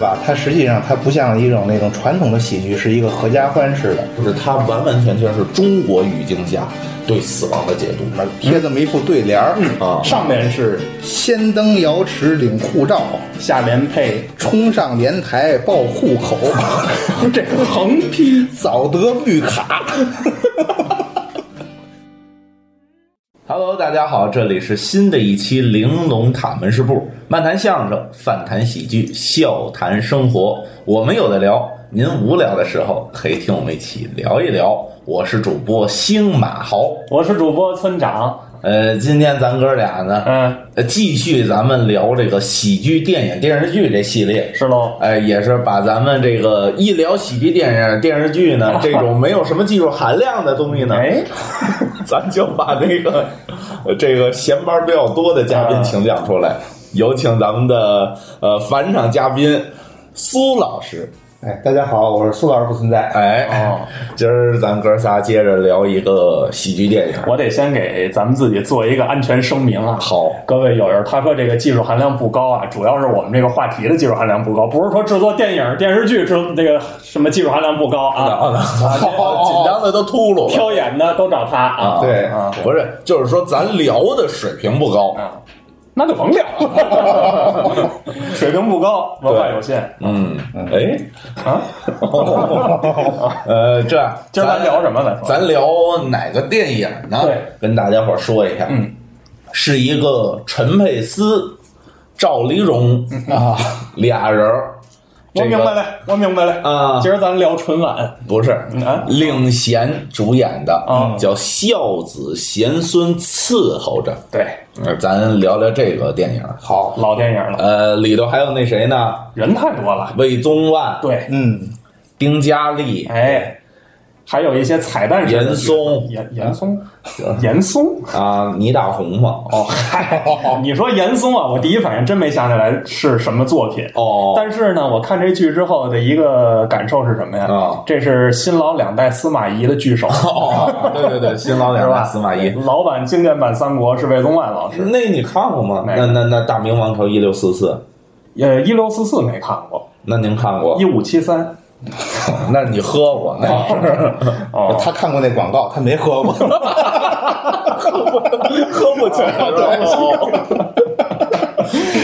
吧？它实际上它不像一种那种传统的喜剧，是一个合家欢式的，就是它完完全全是中国语境下对死亡的解读。贴这么一副对联儿啊嗯上面是先登瑶池领护照，下联配冲上莲台报户 口，这个横批。早得绿卡。 Hello，大家好，这里是新的一期玲珑塔门市部，漫谈相声，饭谈喜剧，笑谈生活，我们有的聊。您无聊的时候可以听我们一起聊一聊。我是主播星马豪，我是主播村长，呃，今天咱哥俩呢，嗯，呃，继续咱们聊这个喜剧电影电视剧这系列。是喽，哎，也是把咱们这个医疗喜剧电影、电视剧 呢这种没有什么技术含量的东西呢，哎， 咱就把那个呃这个闲班比较多的嘉宾请讲出来，有请咱们的呃返场嘉宾苏老师。哎，大家好，我是苏老师不存在。哎，哦今儿咱哥仨接着聊一个喜剧电影。我得先给咱们自己做一个安全声明啊。好，各位友友，他说这个技术含量不高啊，主要是我们这个话题的技术含量不高，不是说制作电影、电视剧制那个什么技术含量不高然啊，后呢，紧张的都秃噜了。挑演的都找他啊。对，啊，不是，就是说咱聊的水平不高。啊，那就甭聊了， 水平不高，文化有限。嗯，哎， 啊，呃，这样，今儿咱聊什么来说？咱聊哪个电影呢？对跟大家伙儿说一下，嗯，是一个陈佩斯、赵丽蓉啊俩人儿，我这个明白了，我明白了。啊今儿咱聊春晚，不是啊领衔主演的啊叫《孝子贤孙伺候着对，》，呃咱聊聊这个电影。好，老电影了，呃，里头还有那谁呢？人太多了。魏宗万、对，嗯，丁嘉丽、哎，还有一些彩蛋式的严嵩严严嵩，严嵩。啊、倪大红嘛。哦，嗨，你说严嵩啊，我第一反应真没想起来是什么作品。哦，但是呢，我看这剧之后的一个感受是什么呀？啊这是新老两代司马懿的剧首，哦，对对对，新老是两吧？代司马懿。老版经典版《三国》是魏宗万老师，那你看过吗？哪那个那那《大明王朝一六四四》，嗯呃，一六四四没看过，那您看过一？五七三那你喝过？那哦，他看过那广告，他没喝过。 喝不起来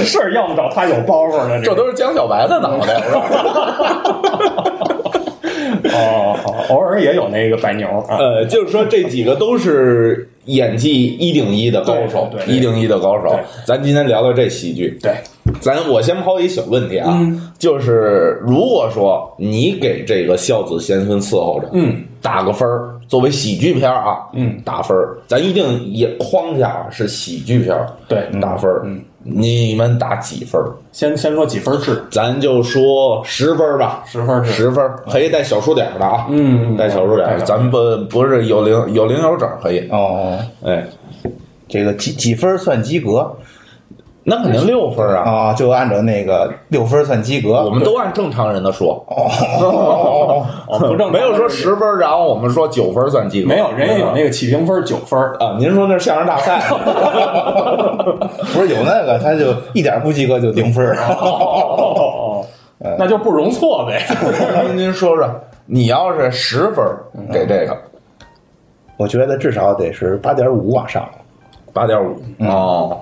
是要不找他有包袱呢，这都是江小白的脑袋。哦，偶尔也有那个白牛啊， 呃，就是说这几个都是演技一顶一的高手对，对一顶一的高手对。咱今天聊聊这喜剧，对，咱我先抛一小问题啊嗯，就是如果说你给这个孝子贤孙伺候着，嗯，打个分儿，作为喜剧片儿啊，嗯，打分儿，咱一定也框架是喜剧片儿，对打分儿，嗯，你们打几分儿？先先说几分制，咱就说十分儿吧，十分制，十分儿可以带小数点儿的啊，嗯带小数点儿，带小咱们不不是有零有零有整可以，哦，哎，这个几几分算及格那肯定六分儿啊，啊？就按照那个六分算及哦格。我们都按正常人的说， 哦，哦，不正没有说十分儿，然后我们说九分儿算及格，没有，人也有那个起评分九分儿，啊，您说那是相声大赛， 不是有那个，他就一点不及格就零分儿。啊 哦哦哦，那就不容错呗，您您说说，你要是十分儿嗯给这个我觉得至少得是八点五往上。八点五哦，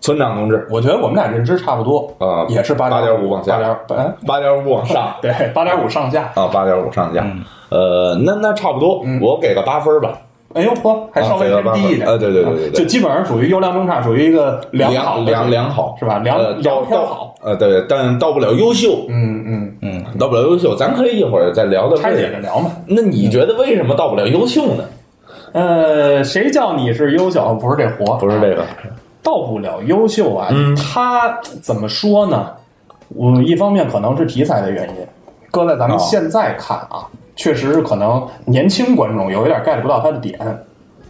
村长同志 我觉得我们俩认知差不多，啊也是八8.5五嗯往下八点八，八点五往上对，八点五上下，啊，八点五上下，嗯呃，那那差不多，我给个八分儿吧，哎呦呵，嗯还稍微啊这个偏八分低一点，呃对对对对对就基本上属于优良中差，属于一个良好良的良良好是吧良呃到良偏到好呃对，但到不了优秀，嗯嗯嗯，到不了优秀，咱可以一会儿再聊到拆这解个着。聊嘛。那你觉得为什么到不了优秀呢？呃，谁叫你是优秀？哦不是这活，不是这个，到不了优秀啊。嗯他怎么说呢？我一方面可能是题材的原因，搁在咱们哦现在看啊，确实是可能年轻观众有一点 get 不到他的点，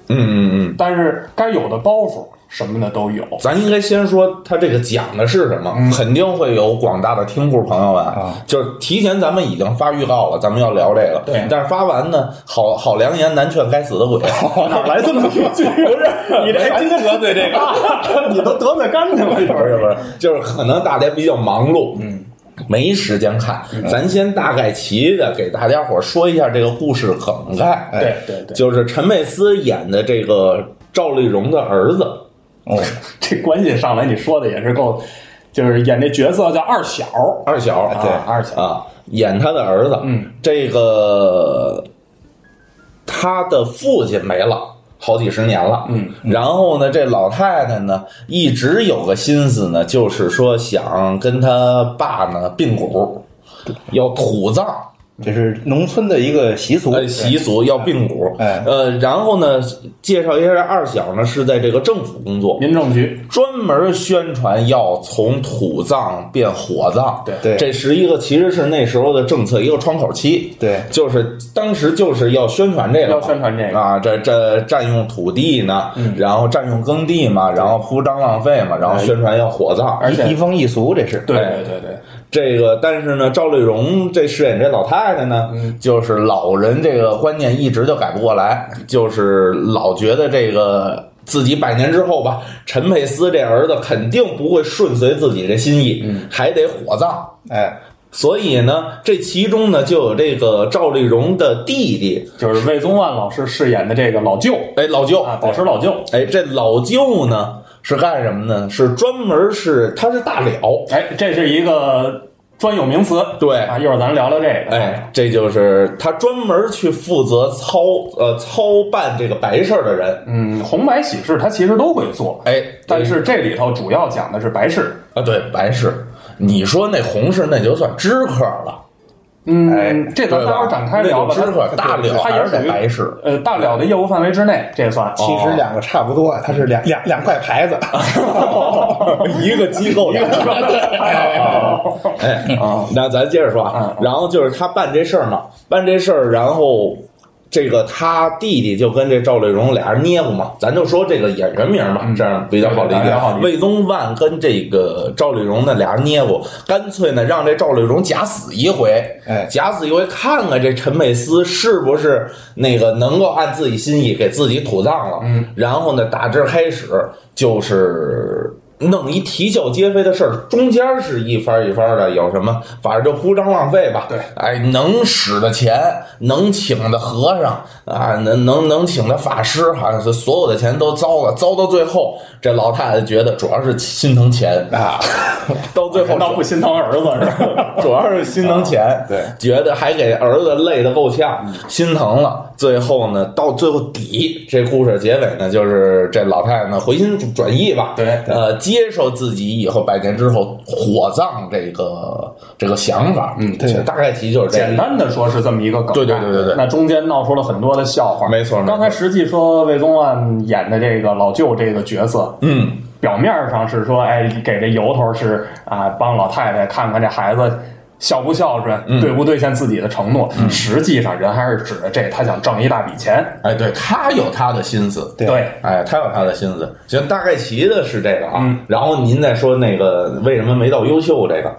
嗯嗯嗯，但是该有的包袱什么的都有。咱应该先说他这个讲的是什么，肯定会有广大的听户朋友们，啊就是提前咱们已经发预告了，咱们要聊这个，对但是发完呢，好好良言难劝该死的鬼，哪来这么一句？不是 你这还真得罪这个。 你都得罪干净了，一会不儿是不是，就是可能大家比较忙碌，嗯，没时间看，咱先大概齐的给大家伙说一下这个故事梗概。哎对对对，就是陈佩斯演的这个赵丽蓉的儿子，哦，这关系上来你说的也是够，就是演这角色叫二小，二小，对啊二小啊，演他的儿子。嗯，这个他的父亲没了。好几十年了，嗯，然后呢，这老太太呢，一直有个心思呢，就是说想跟他爸呢并骨，要土葬，这是农村的一个习俗，哎呃，习俗要并骨，哎呃，然后呢，介绍一下这二小呢是在这个政府工作，民政局，专门宣传要从土葬变火葬，对对这是一个其实是那时候的政策一个窗口期，对就是当时就是要宣传这个嘛，要宣传这个嗯啊，这这占用土地呢，然后占用耕地嘛，然后铺张浪费嘛，然哎后宣传要火葬，而且移风易俗，这是对哎对对对，这个，但是呢，赵丽蓉这饰演这老太太呢，就是老人这个观念一直就改不过来，就是老觉得这个自己百年之后吧，陈佩斯这儿子肯定不会顺随自己这心意，还得火葬。哎，所以呢，这其中呢就有这个赵丽蓉的弟弟，就是魏宗万老师饰演的这个老舅哎，老舅，啊，宝石老舅，哎，这老舅呢是干什么呢？是专门是他是大了，哎，这是一个专有名词对，啊，一会儿咱聊聊这个，哎，这就是他专门去负责操呃操办这个白事儿的人。嗯，红白喜事他其实都会做，哎，但是这里头主要讲的是白事，啊，对白事，你说那红事那就算知客哎了，嗯，这咱对吧待会儿展开聊吧。那种知客它大了它还也是是属于在白 事，呃，大了的业务范围之内，这算。其实两个差不多，它是两两两块牌 子， 一个机构的。哎啊，那咱接着说嗯啊，然后就是他办这事儿嘛，办这事儿，然后这个他弟弟就跟这赵丽蓉俩人捏咕嘛，咱就说这个演员名吧，这样比较好理嗯对解比较好理。解魏宗万跟这个赵丽蓉呢俩人捏咕，干脆呢让这赵丽蓉假死一回，哎假死一回看看这陈佩斯是不是那个能够按自己心意给自己土葬了。嗯，然后呢，打这开始就是弄一啼笑皆非的事儿，中间是一番一番的，有什么反正就铺张浪费吧。对哎，能使的钱，能请的和尚啊，能能能请的法师，好像是所有的钱都糟了，糟到最后，这老太太觉得主要是心疼钱啊，到最 后难道不心疼儿子是吧？ 主要是心疼啊钱，对觉得还给儿子累得够呛，嗯心疼了。最后呢，到最后底这故事结尾呢，就是这老太太呢回心转意吧，对对呃，接受自己以后百年之后火葬这个这个想法，嗯，对大概其实就是这 简样。单的说是这么一个梗概，啊对对对对对那中间闹出了很多的笑话，没错没错刚才实际说魏宗万演的这个老舅这个角色，嗯，表面上是说，哎，给这由头是啊，帮老太太看看这孩子孝不孝顺，嗯对不兑现自己的承诺。实际上，人还是指着这，他想挣一大笔钱。哎，对他有他的心思，对对，哎，他有他的心思。行，大概齐的是这个啊，嗯然后您再说那个为什么没到优秀这个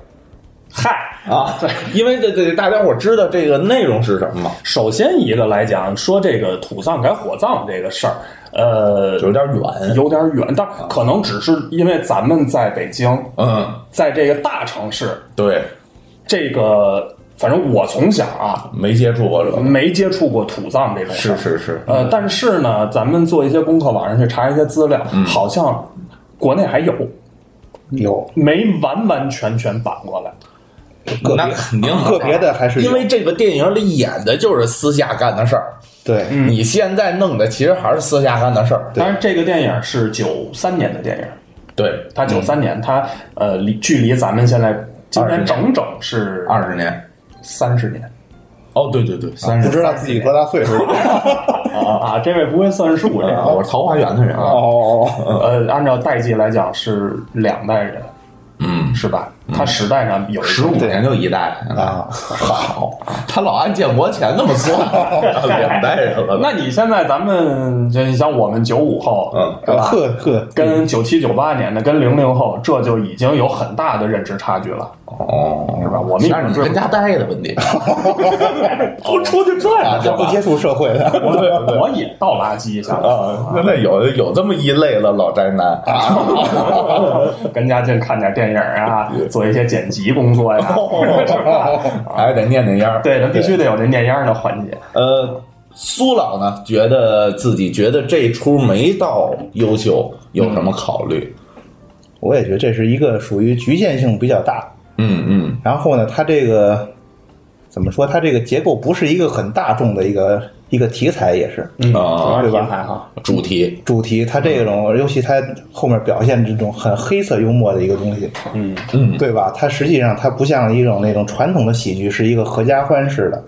嗨，啊？因为这这大家伙知道这个内容是什么吗？首先一个来讲，说这个土葬改火葬这个事儿，呃，有点远，有点远，但可能只是因为咱们在北京，嗯，在这个大城市，对，这个反正我从小啊没接触过这个，没接触过土葬这种事儿。是是，呃，但是呢，咱们做一些功课，网上去查一些资料，好像国内还有， 有没完完全全反过来。个那别肯定啊个别的还是有因为这个电影里演的就是私下干的事儿，对，嗯你现在弄的其实还是私下干的事儿，当然，这个电影是九三年的电影，对，它九三年，它呃离距离咱们现在今20天年整整是二十年，三十年哦，对对对，嗯三不知道自己多大岁数， 啊啊！这位不会算数这啊，个，我是桃花源的人啊，哦哦呃，按照代际来讲是两代人，嗯，是吧？它时代上有一个十五年就一代 哦 啊，好，他老按建国前那么算， 两代人了，那你现在咱们就你像我们九五后，嗯对吧？呵呵，跟九七九八年的跟零零后，这就已经有很大的认知差距了，哦，是吧？我们已那是经你追跟不家待着吧你，不出去转啊，这不接触社会的，我我也倒垃圾一下，啊，那有有这么一类了老宅男啊， 跟家净看点电电影啊，做一些剪辑工作呀，是吧？还得念念烟儿。 对，咱必须得有这念烟儿的环节。呃，苏老呢，觉得自己觉得这出没到优秀，有什么考虑？ 我也觉得这是一个属于局限性比较大。嗯嗯然后呢，它这个怎么说？它这个结构不是一个很大众的一个一个题材，也是嗯，啊主要是对吧题材哈，主题主题。它这种，尤其它后面表现这种很黑色幽默的一个东西，嗯，嗯对吧？它实际上它不像一种那种传统的喜剧，是一个合家欢式的，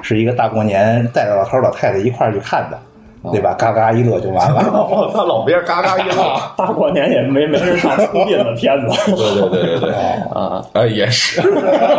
是一个大过年带着老头老太太一块儿去看的，对吧？嘎嘎一乐就 完了。哦， 他老边嘎嘎一乐，大过年也没没人看出殡的片子 对对对对 对，啊。哎，也是，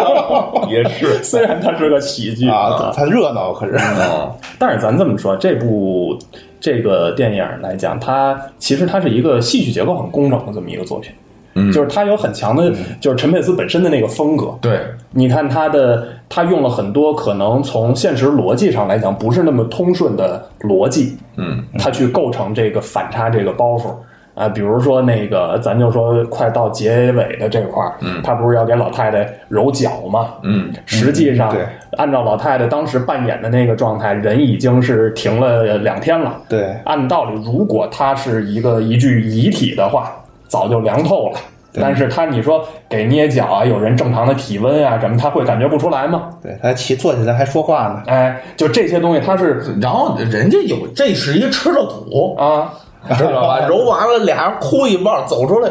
也是，虽然它是个喜剧啊，它热闹可是，哦，但是咱这么说，这部这个电影来讲，它其实它是一个戏剧结构很工整的这么一个作品，嗯就是它有很强的，就是陈佩斯本身的那个风格。对，你看他的，他用了很多可能从现实逻辑上来讲不是那么通顺的逻辑，嗯他去构成这个反差这个包袱。啊，比如说那个，咱就说快到结尾的这块儿，嗯，他不是要给老太太揉脚吗？嗯，实际上，嗯对按照老太太当时扮演的那个状态，人已经是停了两天了。对按道理，如果她是一个一具遗体的话，早就凉透了。但是她你说给捏脚啊，有人正常的体温啊什么，她会感觉不出来吗？对，它起坐起来还说话呢。哎，就这些东西，它是然后人家有，这是一个吃了土，啊，知道吧？揉完了，俩人哭一抱，走出来。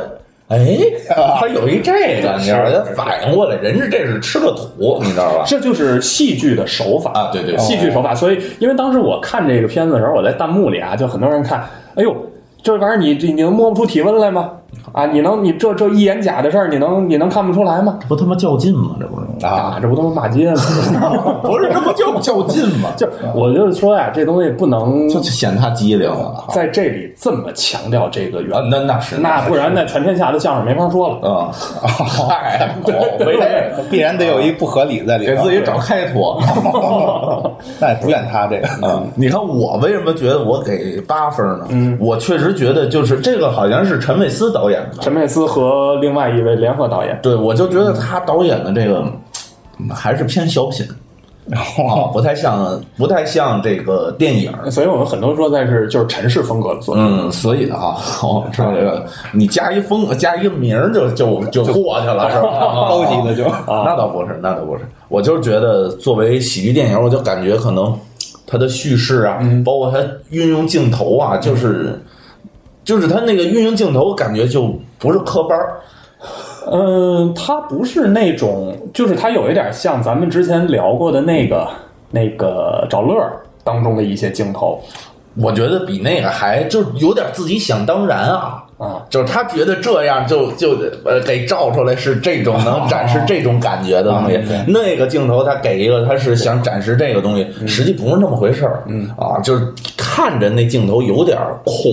哎，他有一这个，你知道，他反应过来，人家这是吃了土，你知道 吧？这就是戏剧的手法啊对对戏剧手法。所以，因为当时我看这个片子的时候，我在弹幕里啊，就很多人看，哎呦，这玩意儿你这你能摸不出体温来吗？啊，你能你这这一眼假的事儿，你能你能看不出来吗？不他妈较劲吗？这不是啊，这不他妈骂街吗？ 不是，这不就较劲吗？就我就是说呀、这东西 不能就显他机灵了在这里这么强调这个原啊！那那是那不然那全天下的相声没法说了。啊，嗨，对对没 必然得有一不合理在里给边，自己找开脱。 那也不怨他这个。嗯，你看我为什么觉得我给八分呢？嗯，我确实觉得就是这个好像是陈佩斯导演的，陈佩斯和另外一位联合导演，对我就觉得他导演的这个嗯还是偏小 品啊，不太像不太像这个电影。所以我们很多说在是就是陈氏风格的作品。嗯，所以啊， 我知道这个，你加一风格加一名儿就就就过去了，是 吧？啊高级的就那倒不是，那倒不是，我就是觉得作为喜剧电影，我就感觉可能它的叙事啊，嗯包括它运用镜头啊，就是就是它那个运用镜头，感觉就不是科班儿。嗯，它不是那种，就是它有一点像咱们之前聊过的那个那个找乐儿当中的一些镜头我觉得比那个还就是有点自己想当然啊，啊。就是他觉得这样就就呃给照出来是这种能展示这种感觉的东西，那个镜头他给一个他是想展示这个东西，实际不是那么回事儿，嗯啊，就是看着那镜头有点儿空，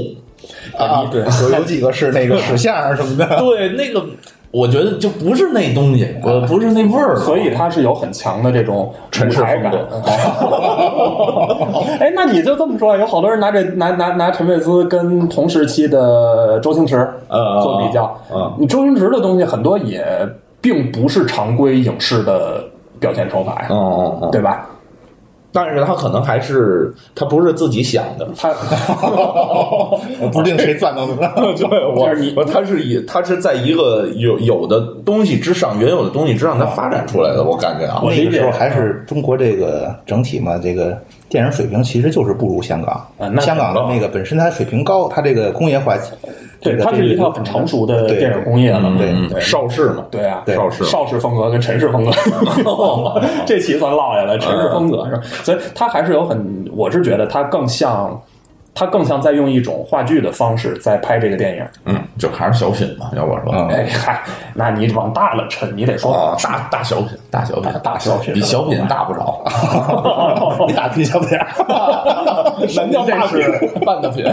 啊，对，有有几个是那个使相声什么的，对，那个我觉得就不是那东西，呃，不是那味儿了， 所以它是有很强的这种城舞市台风感格。。 哎，那你就这么说，有好多人拿这拿拿拿陈佩斯跟同时期的周星驰呃做比较，嗯你周星驰的东西很多也并不是常规影视的表现手法呀，哦哦哦，对吧？但是他可能还是他不是自己想的，他我不定谁钻到 的。对我就是你我他是以他是在一个有有的东西之上，原有的东西之上，它发展出来的，我感觉啊，我理那解个时候还是中国这个整体嘛，这个电影水平其实就是不如香啊港。那香港的那个本身它水平高，它这个工业化，对，这个它是一套这个很成熟的对电影工业了，对嗯，邵氏嘛，对啊，对邵氏邵氏风格跟陈氏风 格，这棋算落下了，陈氏风格是吧？所以它还是有很，我是觉得它更像，它更像在用一种话剧的方式在拍这个电影。嗯，就还是小品嘛，要我说，嗯哎嗨，那你往大了抻，你得说哦，大大小品，大小品，大小品比小品大不少，啊你打拼小点儿， 什么叫大这是 半的品。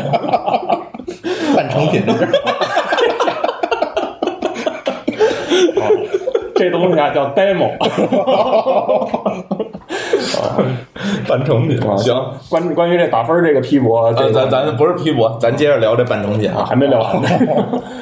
半成品这是。这东西啊叫 demo。半成品啊行，关关于这打分这个批驳，这呃，个咱咱不是批驳，咱接着聊这半成品啊还没聊完呢。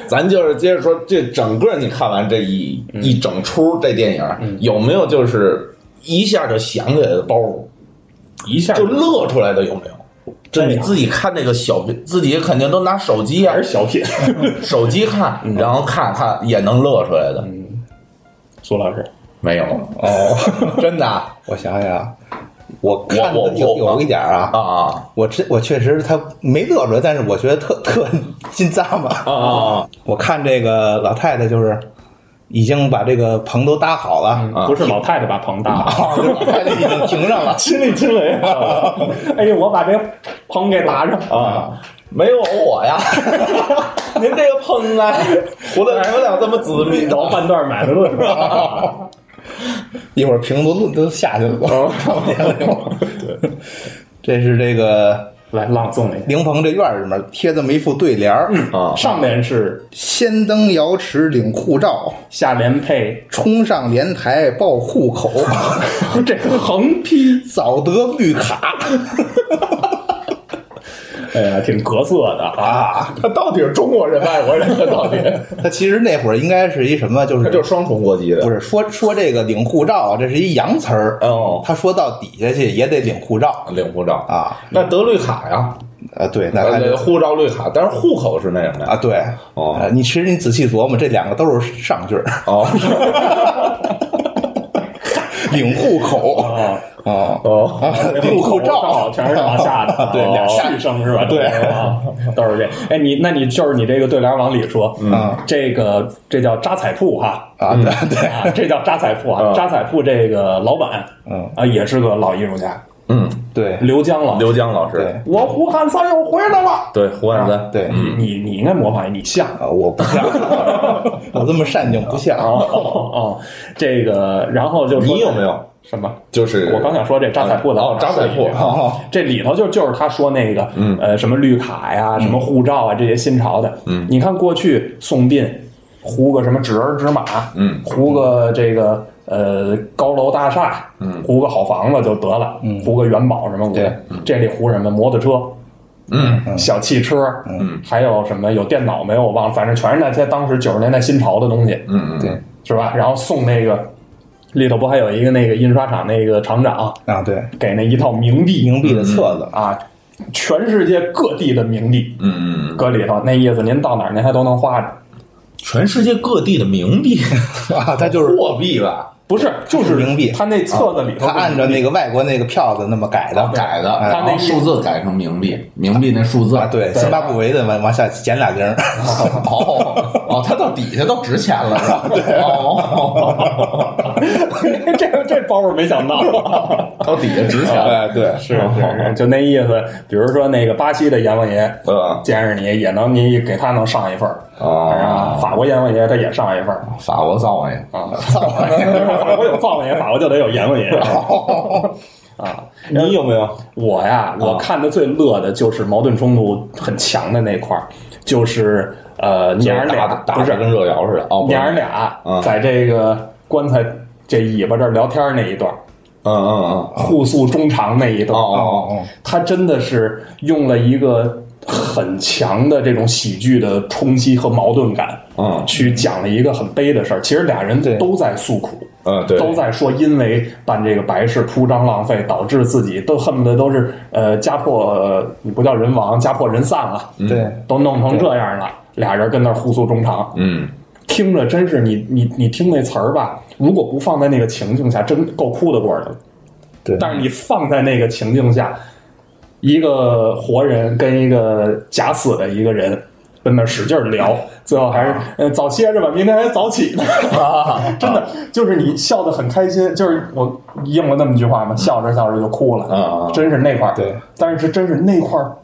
咱就是接着说，这整个你看完这一、嗯一整出这电影，有没有就是一下就想起来的包袱， 一下就乐出来的有没有？就你自己看这个小品，自己肯定都拿手机啊还，是小 嗯品，手机看，然后看看也能乐出来的，苏老师没 有哦，真的啊 我想想啊，我看我的有我有一点儿啊，啊我这我确实他没乐出来，但是我觉得特特 心脏嘛。啊啊！我看这个老太太就是已经把这个棚都搭好了，不是老太太把棚搭了，。啊， 老太太已经停上了 亲力亲为啊！ 哎呀，我把这棚给搭上啊！没有我呀， 您这个碰啊，我怎我俩这么紫密然后半段买的论，一会儿评论都下去了，都上面了又。 这是这个 来朗诵一下。灵棚这院儿里面贴这么一副对联儿：啊？上联是先登瑶池领护照，下联配，冲上莲台报户口， 这个横批，早得绿卡。哎呀，挺格色的啊！他到底是中国人外国人？他到底他其实那会儿应该是一什么，就 他是就是双重国籍的不是说说这个领护照啊，这是一洋词儿。哦他说到底下去也得领护照领护照？啊。那得绿卡呀，呃，对，那他呃，就护照绿卡，但是户口是那什么啊，呀？对，哦呃你其实你仔细琢磨，这两个都是上句儿，哦领户口啊，啊，哦， 领护照，照全是往下的 对哦两下续声是吧？对啊 都是这。哎，你那你就是你这个对联往里说，啊这个这叫扎彩铺哈。啊，对对，啊，这叫扎彩铺啊！嗯扎彩铺这个老板，嗯啊，也是个老艺术家，嗯，对刘江老。刘江老师对，我胡汉三又回来了。啊对胡嗯汉三，对，你你应该模仿，你像啊，我不像， 我这么善景不像。哦哦，这个，然后就说你有没有？什么？嗯就是我刚想说这扎彩铺的啊哦，扎彩铺，哦，这里头就就是他说那个，嗯呃，什么绿卡呀，什么护照啊，这些新潮的，嗯，你看过去宋锑糊个什么纸儿纸马，嗯糊个这个呃高楼大厦，嗯，糊个好房子就得了，嗯，糊个元宝什么的，这里糊什么摩托车。嗯，小汽车，嗯，还有什么有电脑没有？我忘了，反正全是那些当时九十年代新潮的东西，嗯嗯对是吧？然后送那个里头不还有一个那个印刷厂那个厂长啊，对，给那一套冥币，硬币的册子，啊，全世界各地的名利嗯嗯嗯，搁里头，那意思您到哪儿您还都能花着。全世界各地的冥币，嗯 啊，他 就是货币吧，不是，就是冥币他那册子里头他按照那个外国那个票子那么改的，哦改的，哎然后他那数字改成冥币，冥币那数字啊，， 对，津巴布韦的往往下减俩零儿，哦哦，它到底下都值钱了是吧？ 哦对，啊哦， 这这包袱没想到，啊到底下值钱 了， 哎，对，是是，就那意思。比如说那个巴西的阎王爷嗯见着你也能，你给他能上一份儿啊。哦，法国阎王爷他也上一份 儿法国造王爷，啊。 法国有灶王爷，法国就得有阎王爷啊。你有没有？我呀，啊我看的最乐的就是矛盾冲突很强的那块儿，就是呃就娘儿是打俩打不是的跟热窑似的，哦，不是娘儿，俩嗯在这个棺材这尾巴这儿聊天儿那一段儿，嗯嗯嗯，互诉衷肠那一哦段儿，哦哦，他真的是用了一个很强的这种喜剧的冲击和矛盾感，嗯去讲了一个很悲的事儿。其实俩人对都在诉苦，嗯对，都在说因为办这个白事铺张浪费，导致自己都恨不得都是呃家破呃你不叫人亡，家破人散了，对，都弄成这样了。俩人跟那儿互诉衷肠，嗯，听着真是你你你听那词儿吧，如果不放在那个情境下，真够哭的味儿的。对但是你放在那个情境下，一个活人跟一个假死的一个人跟那使劲儿聊，最后还是嗯早歇着吧，明天还早起呢。 真的就是你笑得很开心，就是我应了那么句话嘛，笑着笑着就哭了。啊啊真是那块儿对，但是这真是那块儿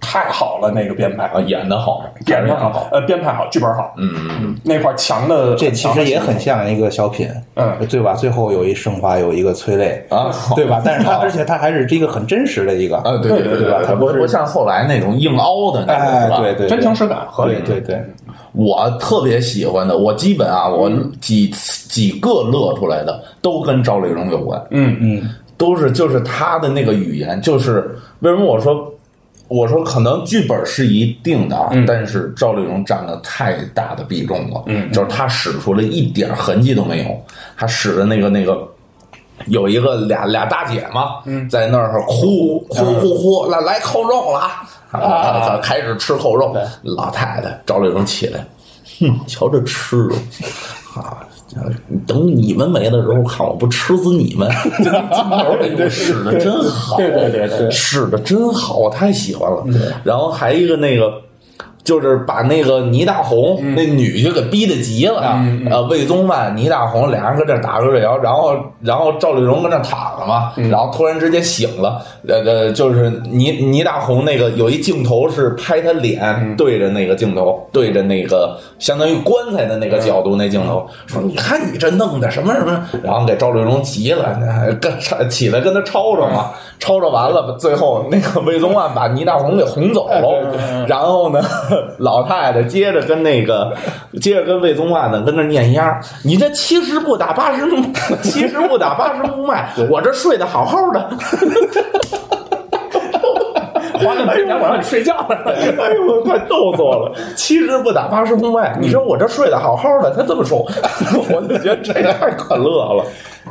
太好了，那个编排啊，演的好，演的好，呃，编排好，剧本好，嗯嗯嗯，那块儿强的这其实也很像一个小品，嗯对吧？最后有一升华，有一个催泪，啊， 好对吧？但是它而且它还是一个很真实的一个，啊，对对对对吧对，它不不是不像后来那种硬凹的那种，哎是，吧对对，对真情实感合理。对对对，我特别喜欢的，我基本啊，我几次几个乐出来的都跟赵丽蓉有关。嗯嗯，都是就是他的那个语言，就是为什么我说我说可能剧本是一定的啊，嗯但是赵丽蓉占了太大的比重了，嗯就是他使出了一点痕迹都没有，他使的那个那个。有一个俩俩大姐嘛，嗯在那儿哭哭哭哭，来来扣肉了啊啊！开始吃扣肉对，老太太赵丽蓉起来，哼，瞧这吃的，啊，等你们没的时候，看我不吃死你 们！ 这金牛给我使的真好，对对对 对使的真好，我太喜欢了。然后还一个那个。就是把那个倪大红、那女婿给逼得急了，呃，魏宗曼、倪大红俩人搁这打个水摇，然后然后赵丽蓉搁那躺着嘛，然后突然之间醒了，呃呃，就是倪倪大红那个有一镜头是拍他脸对着那个镜头，对着那个相当于棺材的那个角度那镜头，说你看你这弄的什么什么，然后给赵丽蓉急了，那跟起来跟他吵吵嘛，吵吵完了，最后那个魏宗万把倪大红给哄走嗯了，然后呢，老太太接着跟那个接着跟魏宗万呢跟那念烟儿，你这七十不打八十不 七十不打八十不 卖，我这睡得好好的，花那么多钱我让你睡觉了。 哎呦，我快逗死我了！七十不打八十不嗯卖，你说我这睡得好好的，他这么说， 我就觉得这个太可乐了。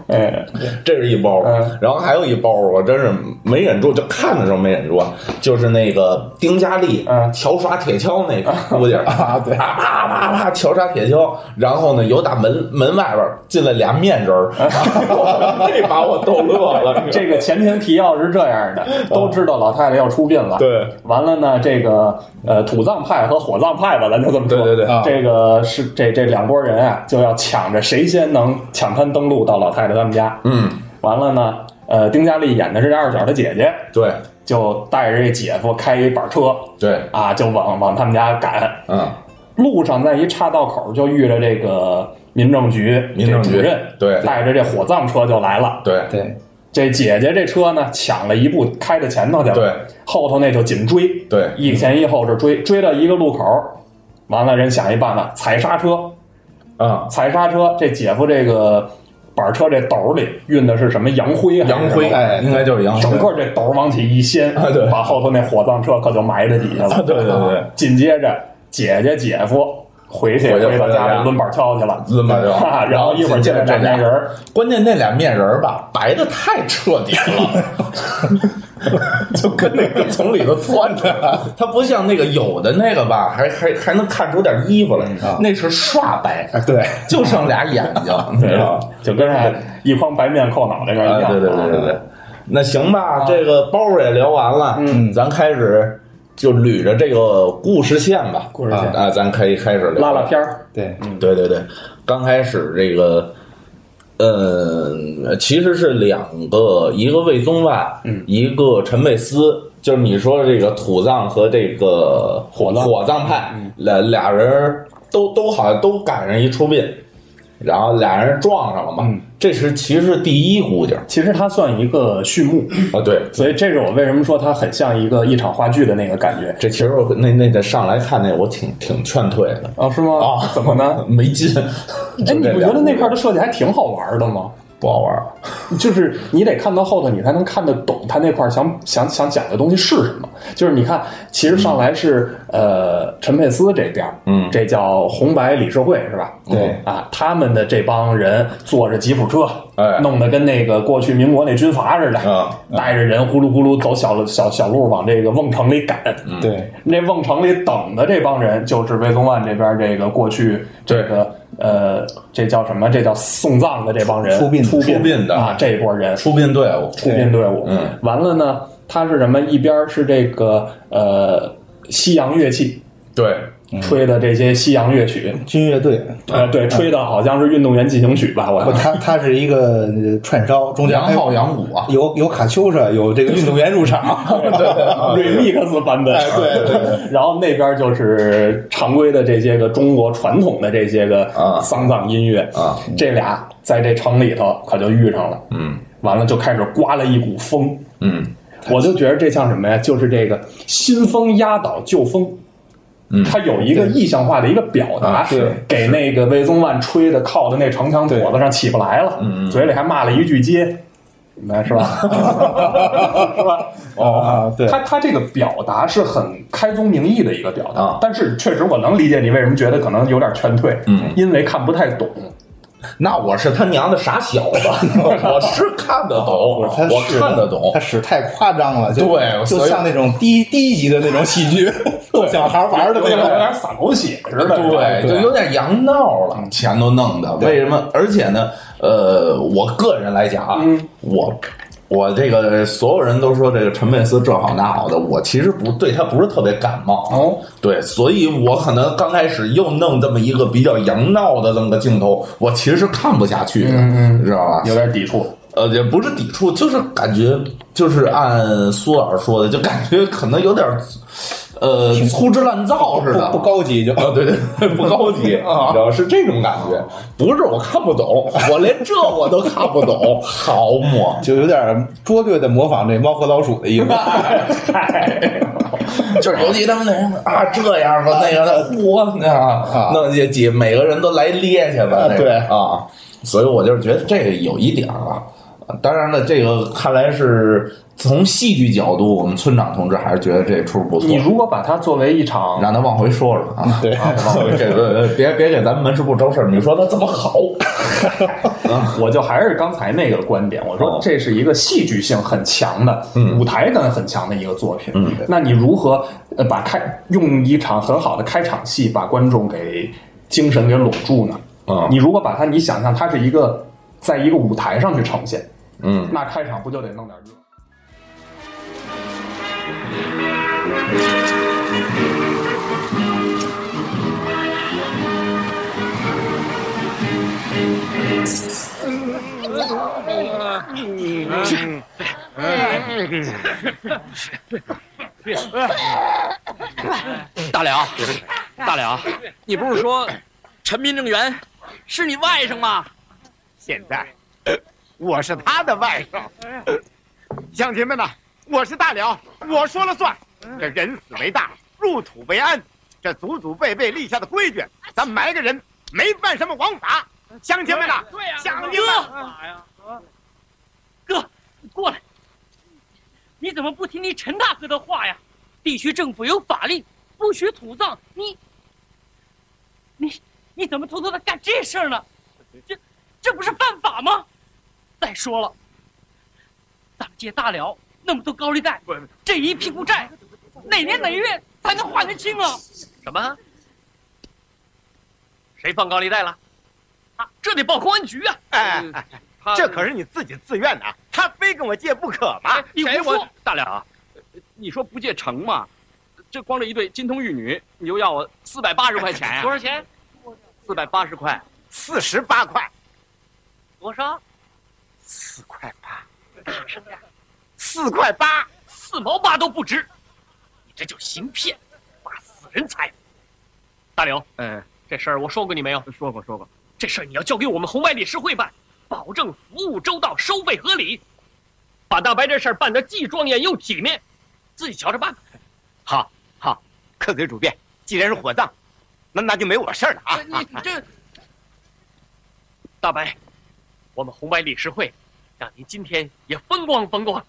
哎，这是一包，嗯然后还有一包，我真是没忍住，就看的时候没忍住，啊就是那个丁嘉丽、嗯乔耍铁锹那个姑娘啊对啪啪啪啪乔耍铁锹，然后呢，有打门门外边进来俩面人 儿，那把我逗乐了。这个前情提要是这样的，都知道老太太要出殡了。对，完了呢，这个呃土葬派和火葬派吧，咱就这么说。对对对啊这个是这这两拨人啊，就要抢着谁先能抢滩登陆到老太太他们家。嗯，完了呢，呃，丁嘉丽演的是这二小的姐姐，对就带着这姐夫开一板车对，啊，就往往他们家赶。嗯，路上在一岔道口就遇着这个民政局民政局这主任，对带着这火葬车就来了。对对，这姐姐这车呢，抢了一步开到前头去了，对，后头那就紧追，对一前一后这追，追到一个路口，完了人想一办法，踩刹车，啊，踩刹车，这姐夫这个板车这斗里运的是什么洋灰还是什么？杨辉哎应该就是杨辉整，个这斗往起一掀，啊对把后头那火葬车可就埋在底下了。啊对对对紧接着姐姐姐夫回去回去回到回家到家里抡板锹去了，啊抡板啊锹 然后一会儿见着这俩人儿，关键那俩面人儿吧，白的太彻底了， 就跟那个从里头钻出来了。它不像那个有的那个吧，还还还能看出点衣服来，嗯啊那是刷白，啊对，就剩俩眼睛，你知 对啊哎道吗？，就跟上一筐白面扣脑袋那啊一，样。对对对对对，那行吧，这个包儿也聊完了，啊嗯，咱开始就捋着这个故事线吧，故事线啊，咱可以开始聊拉拉片儿，对，对对对，刚开始这个，呃，其实是两个，一个魏宗万，嗯，一个陈佩斯，就是你说这个土葬和这个火葬嗯火葬派，俩俩人儿都都好像都赶上一出殡，然后俩人撞上了嘛，嗯这是其实是第一姑娘其实它算一个序幕，啊，对。所以这是我为什么说它很像一个一场话剧的那个感觉这其实我那那个上来看那我挺挺劝退的啊？是吗？啊怎么 呢？没劲。哎，你不觉得那儿 块儿的设计还挺好玩的吗？不好玩儿？ 就是你得看到后头，你才能看得懂他那块儿想想想讲的东西是什么。就是你看，其实上来是、呃陈佩斯这边，嗯这叫红白理事会是吧？对啊，他们的这帮人坐着吉普车，哎弄得跟那个过去民国那军阀似的，啊带着人呼噜呼噜走小路小小路往这个瓮城里赶。对，那瓮城里等的这帮人，就是魏宗万这边这个过去这个呃，这叫什么？这叫送葬的这帮人，出殡出出殡的啊，这一波人出殡队伍，出殡队伍。嗯，完了呢，他是什么？一边是这个呃西洋乐器对，吹的这些西洋乐曲，军乐队，呃，对，吹的好像是运动员进行曲吧？我不，他他是一个呃串烧，中间杨还有浩杨武啊，有有卡秋莎，有这个运动员入场， 啊 remix 版本，哎对对对。 然后那边就是常规的这些个中国传统的这些个啊丧葬音乐啊，这俩在这城里头可就遇上了，嗯完了就开始刮了一股风，嗯我就觉得这像什么呀？就是这个新风压倒旧风。嗯它有一个意象化的一个表达，啊是是给那个魏宗万吹的靠在那城墙垛子上起不来了，嗯嗯嘴里还骂了一句街，那是吧？是吧？哦啊对他他这个表达是很开宗明义的一个表达，啊但是确实我能理解你为什么觉得可能有点劝退，嗯，因为看不太懂。那我是他娘的傻小子，我是看得懂，不是他我使看得懂他。使太夸张了，就对就所以像那种低低级的那种戏剧， 逗小孩玩的有那点有种。点撒狗血似的，对，就有点洋闹了，钱都弄的。为什么？而且呢，呃，我个人来讲啊，嗯我我这个所有人都说这个陈佩斯这好那好的，我其实不对他不是特别感冒。哦，对，所以我可能刚开始又弄这么一个比较洋闹的这么个镜头，我其实是看不下去的，嗯嗯知道吧？有点抵触。呃，也不是抵触，就是感觉，就是按苏老师说的，就感觉可能有点儿，呃，粗制滥造似的，不不高级就啊，对对对，不高级，啊你知道是这种感觉，不是我看不懂，我连这我都看不懂， 好嘛，就有点拙劣的模仿这猫和老鼠的意 思。就是尤其他们那人啊这样吧，那个 嚯那啊样，弄些几每个人都来咧去吧，那个对啊，所以我就是觉得这个有一点儿啊，当然了，这个看来是从戏剧角度，我们村长同志还是觉得这出不错你，如果把它作为一场让他往回说说啊。对，啊往回给别别给咱们门市部招事儿，你说他这么好， 我就还是刚才那个观点，我说哦这是一个戏剧性很强的、嗯舞台感很强的一个作品。嗯那你如何呃把开用一场很好的开场戏把观众给精神给拢住呢？嗯你如果把它，你想象它是一个在一个舞台上去呈现，嗯，那开场不就得弄点热？大了，大了，你不 是说陈民政元是你外甥吗？现在我是他的外甥，乡亲们呐、我是大辽，我说了算。这人死为大，入土为安，这祖祖辈辈立下的规矩，咱埋个人没犯什么王法。乡亲们呐、乡亲们，啊哥，你过来，你怎么不听听陈大哥的话呀？地区政府有法令，不许土葬。你，你，你怎么偷偷的干这事儿呢？这，这不是犯法吗？再说了，咱们借大辽那么多高利贷，这一屁股债，哪年哪月才能还得清啊？什么？谁放高利贷了？啊这得报公安局啊！哎，他这可是你自己自愿的啊，他非跟我借不可嘛。你哎啊谁胡说我大了？你说不借成吗？这光这一对金童玉女，你就要我四百八十块钱呀、啊多少钱？四百八十块，四十八块，多少？四块八，四块八，四毛八都不值，你这叫行骗，挖死人财。大刘，嗯，这事儿我说过你没有？说过说过，这事儿你要交给我们红白理事会办，保证服务周到，收费合理，把大白这事儿办得既庄严又体面，自己瞧着办吧。好好，客随主便。既然是火葬，那那就没我事儿了啊。你这，大白，我们红白理事会让您今天也风光风光。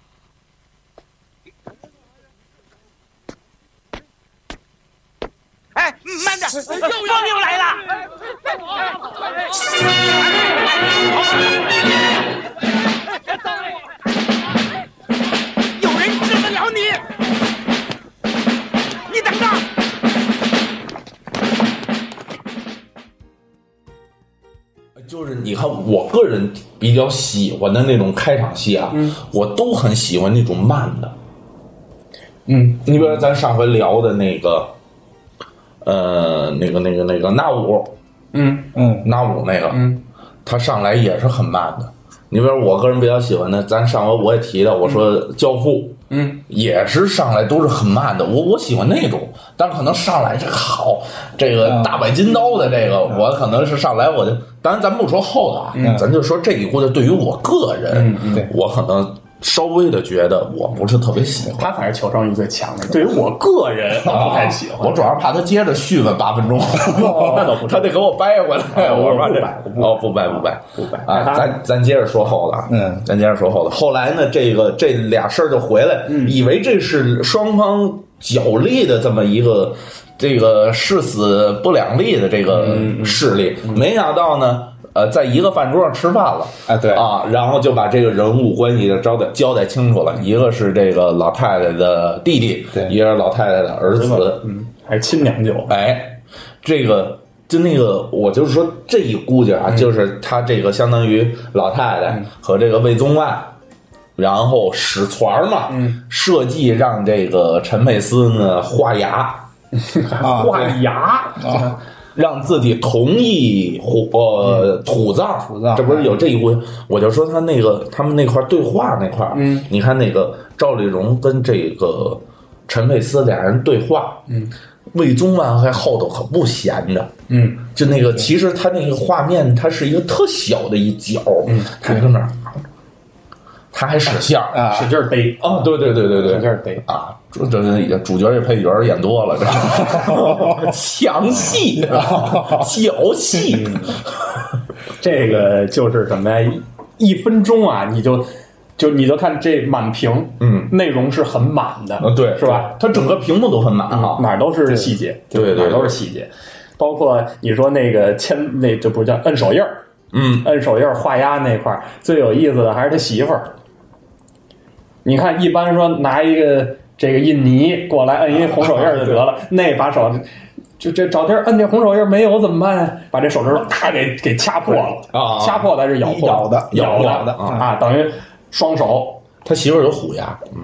哎，慢点，又要又来了。哎哎有人治得了你。你等着。就是你看，我个人比较喜欢的那种开场戏啊，我都很喜欢那种慢的。嗯，你比如咱上回聊的那个，呃，那个那个那个那五嗯嗯，那五那个，嗯他上来也是很慢的。你比如我个人比较喜欢的，咱上回我也提到，我说教父，嗯，也是上来都是很慢的，我我喜欢那种，但是可能上来这个好，这个嗯大摆金刀的这个，嗯我可能是上来嗯我就，当然咱不说后头啊，咱就说这一锅的，对于我个人，对我可能稍微的觉得我不是特别喜欢。他才是求生欲最强的。对于我个人，啊我不太喜欢。我主要是怕他接着续问八分钟， 那倒不至于他得给我掰回来。哦哎我说这不掰哦，不掰不掰不掰啊！咱咱接着说后头啊，嗯咱接着说后头。后来呢，这个这俩事儿就回来，以为这是双方角力的这么一个这个誓死不两立的这个势力，没想到呢，呃，在一个饭桌上吃饭了。啊，对，啊，然后就把这个人物关系就交代交代清楚了，一个是这个老太太的弟弟，对一个是老太太的儿子，嗯，还是亲娘舅。哎，这个就那个，我就是说这一估计啊，嗯就是他这个相当于老太太和这个魏宗万，然后使团儿嘛，嗯设计让这个陈佩斯呢画押，啊，画对牙，让自己同意虎嗯呃土葬，土葬这不是有这一回？我就说他那个他们那块儿对话那块儿，啊嗯，你看那个赵丽蓉跟这个陈佩斯俩人对话，嗯，魏宗万还后头可不闲着，嗯，就那个其实他那个画面，它是一个特小的一角，嗯，他还跟那儿，他还使相啊使劲儿逮，哦，对对对对对，使劲儿逮。啊，主这这主角也配角演多了， 这强戏、脚戏，这个就是什么呀？一分钟啊，你就就你就看这满屏，嗯，内容是很满的，啊，对，是吧？？它整个屏幕都很满啊，哪儿都是细节，对对对哪儿都是细节，包括你说那个签，那这不是叫摁手印儿，嗯，摁手印儿画押那块儿最有意思的还是他媳妇儿。你看，一般说拿一个这个印尼过来摁一红手印儿就 得了，那把手就这找地儿摁这红手印儿没有怎么办呀？把这手指头啪给给掐破了，啊掐破了还是咬破了？咬的咬咬的啊啊，等于双手他媳妇儿有虎牙，嗯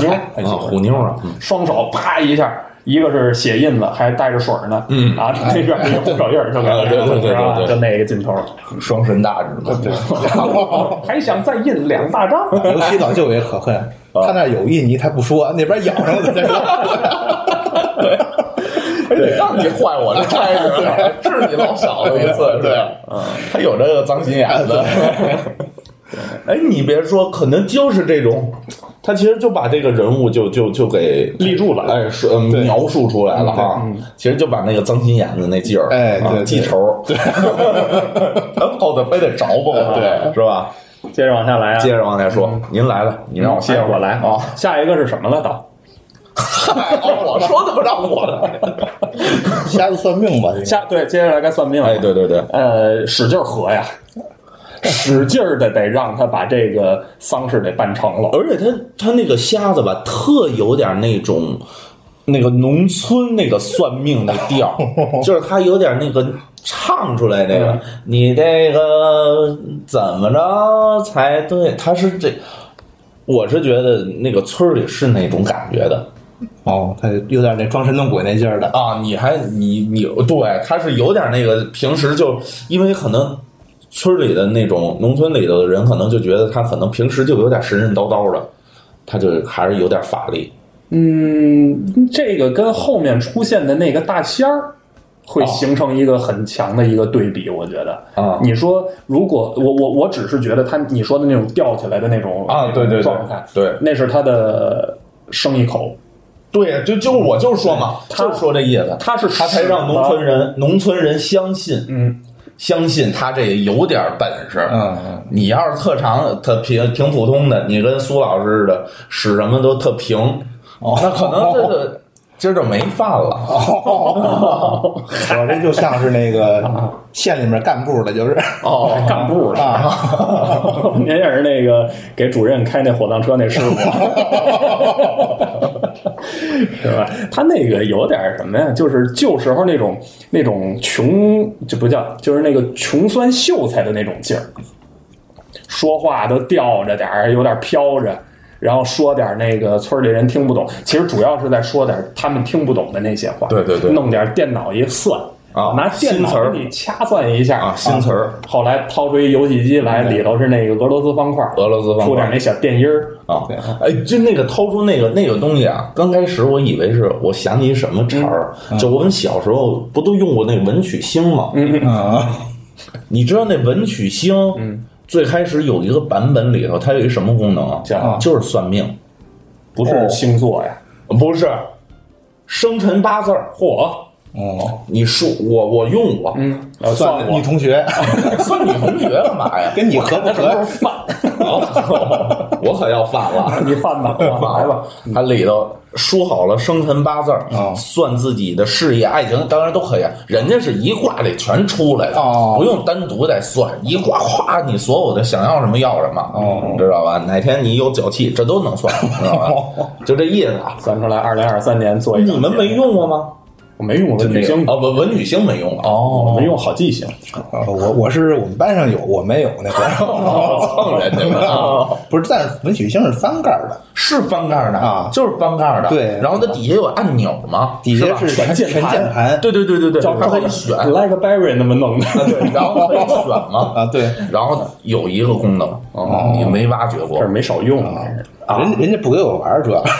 牛，啊，虎妞啊，嗯双手啪一下。一个是血印子，还带着水儿呢，嗯啊，那边一个红手印儿就给哎对对对对是吧对对就那个劲头儿，双神大指嘛， 对，还想再印两大张，尤其老舅也可 恨，他那儿有印尼他不说，那边咬上了再说。让哎你坏我这差事儿，治你老小子一次，对，嗯，他有这个脏心眼子。哎，你别说，可能就是这种，他其实就把这个人物就就就给立住了哎，是呃对描述出来了哈。其实就把那个脏心眼子那劲儿，哎啊对对记仇儿，嗯 对，后头非得找补，对，是吧？接着往下来啊，接着往下说，您来了，你让嗯我接着我来啊。下一个是什么了？到哦我说的不让我来，瞎子算命吧，这个下对，接下来该算命了。哎，对，对对，呃，使劲儿合呀，使劲儿的得让他把这个丧事得办成了。而且他他那个瞎子吧，特有点那种那个农村那个算命的调儿， 就是他有点那个唱出来那个，嗯你这个怎么着才对？他是这，我是觉得那个村儿里是那种感觉的哦，他有点那装神弄鬼那劲儿的，啊！你还你你对，他是有点那个平时就因为可能。村里的那种农村里的人，可能就觉得他可能平时就有点神神叨叨的，他就还是有点法力。嗯，这个跟后面出现的那个大仙儿会形成一个很强的一个对比，我觉得。哦啊你说如果我我我只是觉得他你说的那种吊起来的那种啊，对对对状态，，对那是他的生意口，对，就就我就说嘛，他就说这意思，他是嗯他才让农村人人农村人相信嗯相信他这有点本事。嗯嗯。你要是特长，他平挺普通的，你跟苏老师似的，使什么都特平，那可能这个哦 今儿就没饭了。哦我这就像是那个县里面干部的，就是哦干部 了。啊， 您也是那个给主任开那火葬车那师傅， 是吧？他那个有点什么呀？就是旧时候那种那种穷，就不叫，就是那个穷酸秀才的那种劲儿，说话都吊着点儿，有点飘着。然后说点儿那个村里人听不懂，其实主要是在说点儿他们听不懂的那些话。对对对弄点儿电脑一算啊拿电新词儿脑给你掐算一下啊新词儿后来掏出一游戏机来，里头是那个俄罗斯方块，俄罗斯方块出点那小电音儿，啊，哎，就那个掏出那个那个东西啊，刚开始我以为是我想起什么茬儿，就我们小时候嗯不都用过那文曲星吗？啊，你知道那文曲星，嗯最开始有一个版本里头，它有一什么功能啊？叫就是算命，不哦是星座呀，不是生辰八字儿。嚯，哦，你说我我用过，啊嗯，呃算啊我女同学 算你同学干嘛 呀？跟你合不合？ 哦我可要犯了。你犯吧，来吧，它里头说好了生辰八字儿哦算自己的事业、爱情，当然都可以。啊人家是一卦里全出来的，哦不用单独再算，一卦咵，你所有的想要什么要什么，哦知道吧？哪天你有脚气，这都能算，知道吧？就这意思啊。算出来二零二三年做一档你们没节目，用过吗？我没用过文曲星啊，文文女星没用过哦我没用好记性，呃我我是我们班上有，我没有那 个， 蹭人家啊吧。不是，但是文曲星是翻盖儿的，是翻盖的啊就是翻盖的。对然后它底下有按钮嘛，底下吧是全全键全盘键盘对对对对对，叫它可以选，啊 like Berry 那么弄的，对，然后可以选嘛。啊，对，然后有一个功能，你没挖掘过这，没少用啊，这是人人家不给我玩儿，主 要是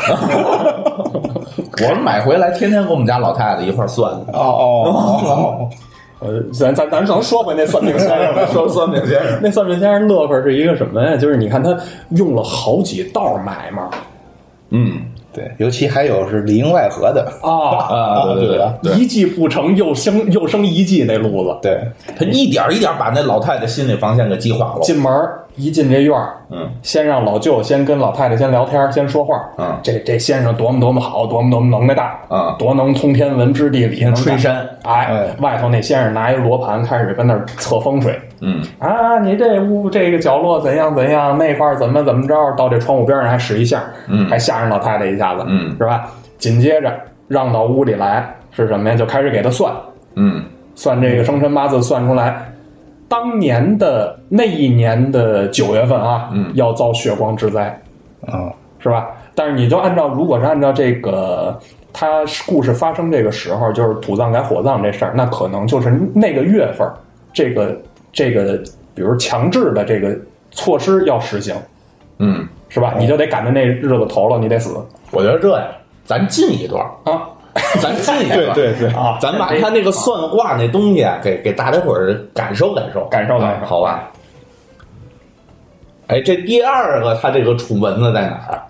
我买回来天天跟我们家老太太一块儿算，哦哦，哦呃，咱咱咱能说回那算命先 生吧，说算命先生那算命先生乐呵是一个什么呀？就是你看他用了好几道买卖嗯对，尤其还有是里应外合的，啊，啊，对对对对，一计不成又生又生一计那路子，对，他一点一点把那老太太心理防线给激化了。进门儿一进这院儿，嗯，先让老舅先跟老太太先聊天儿，先说话儿，嗯这这先生多么多么好，多么多么能耐大，嗯多能通天文知地理，能干吹山，哎哎，外头那先生拿一罗盘开始跟那儿测风水，嗯，啊，你这屋这个角落怎样怎样，那块儿怎么怎么着，到这窗户边上还使一下，嗯还吓人老太太一下子，嗯是吧？紧接着让到屋里来是什么呀？就开始给他算嗯算这个生辰八字，算出来当年的那一年的九月份啊，嗯啊要遭血光之灾，嗯，是吧？但是你就按照，如果是按照这个他故事发生这个时候，就是土葬改火葬这事儿，那可能就是那个月份儿，这个这个，比如强制的这个措施要实行，嗯，是吧？你就得赶着那日子头了，你得死我觉得这呀，咱进一 段儿，啊！咱进一段儿，对，啊咱把他那个算卦那东西啊，给给大家伙儿感受感受，感受感啊受好吧？哎，这第二个他这个楚门子在哪儿？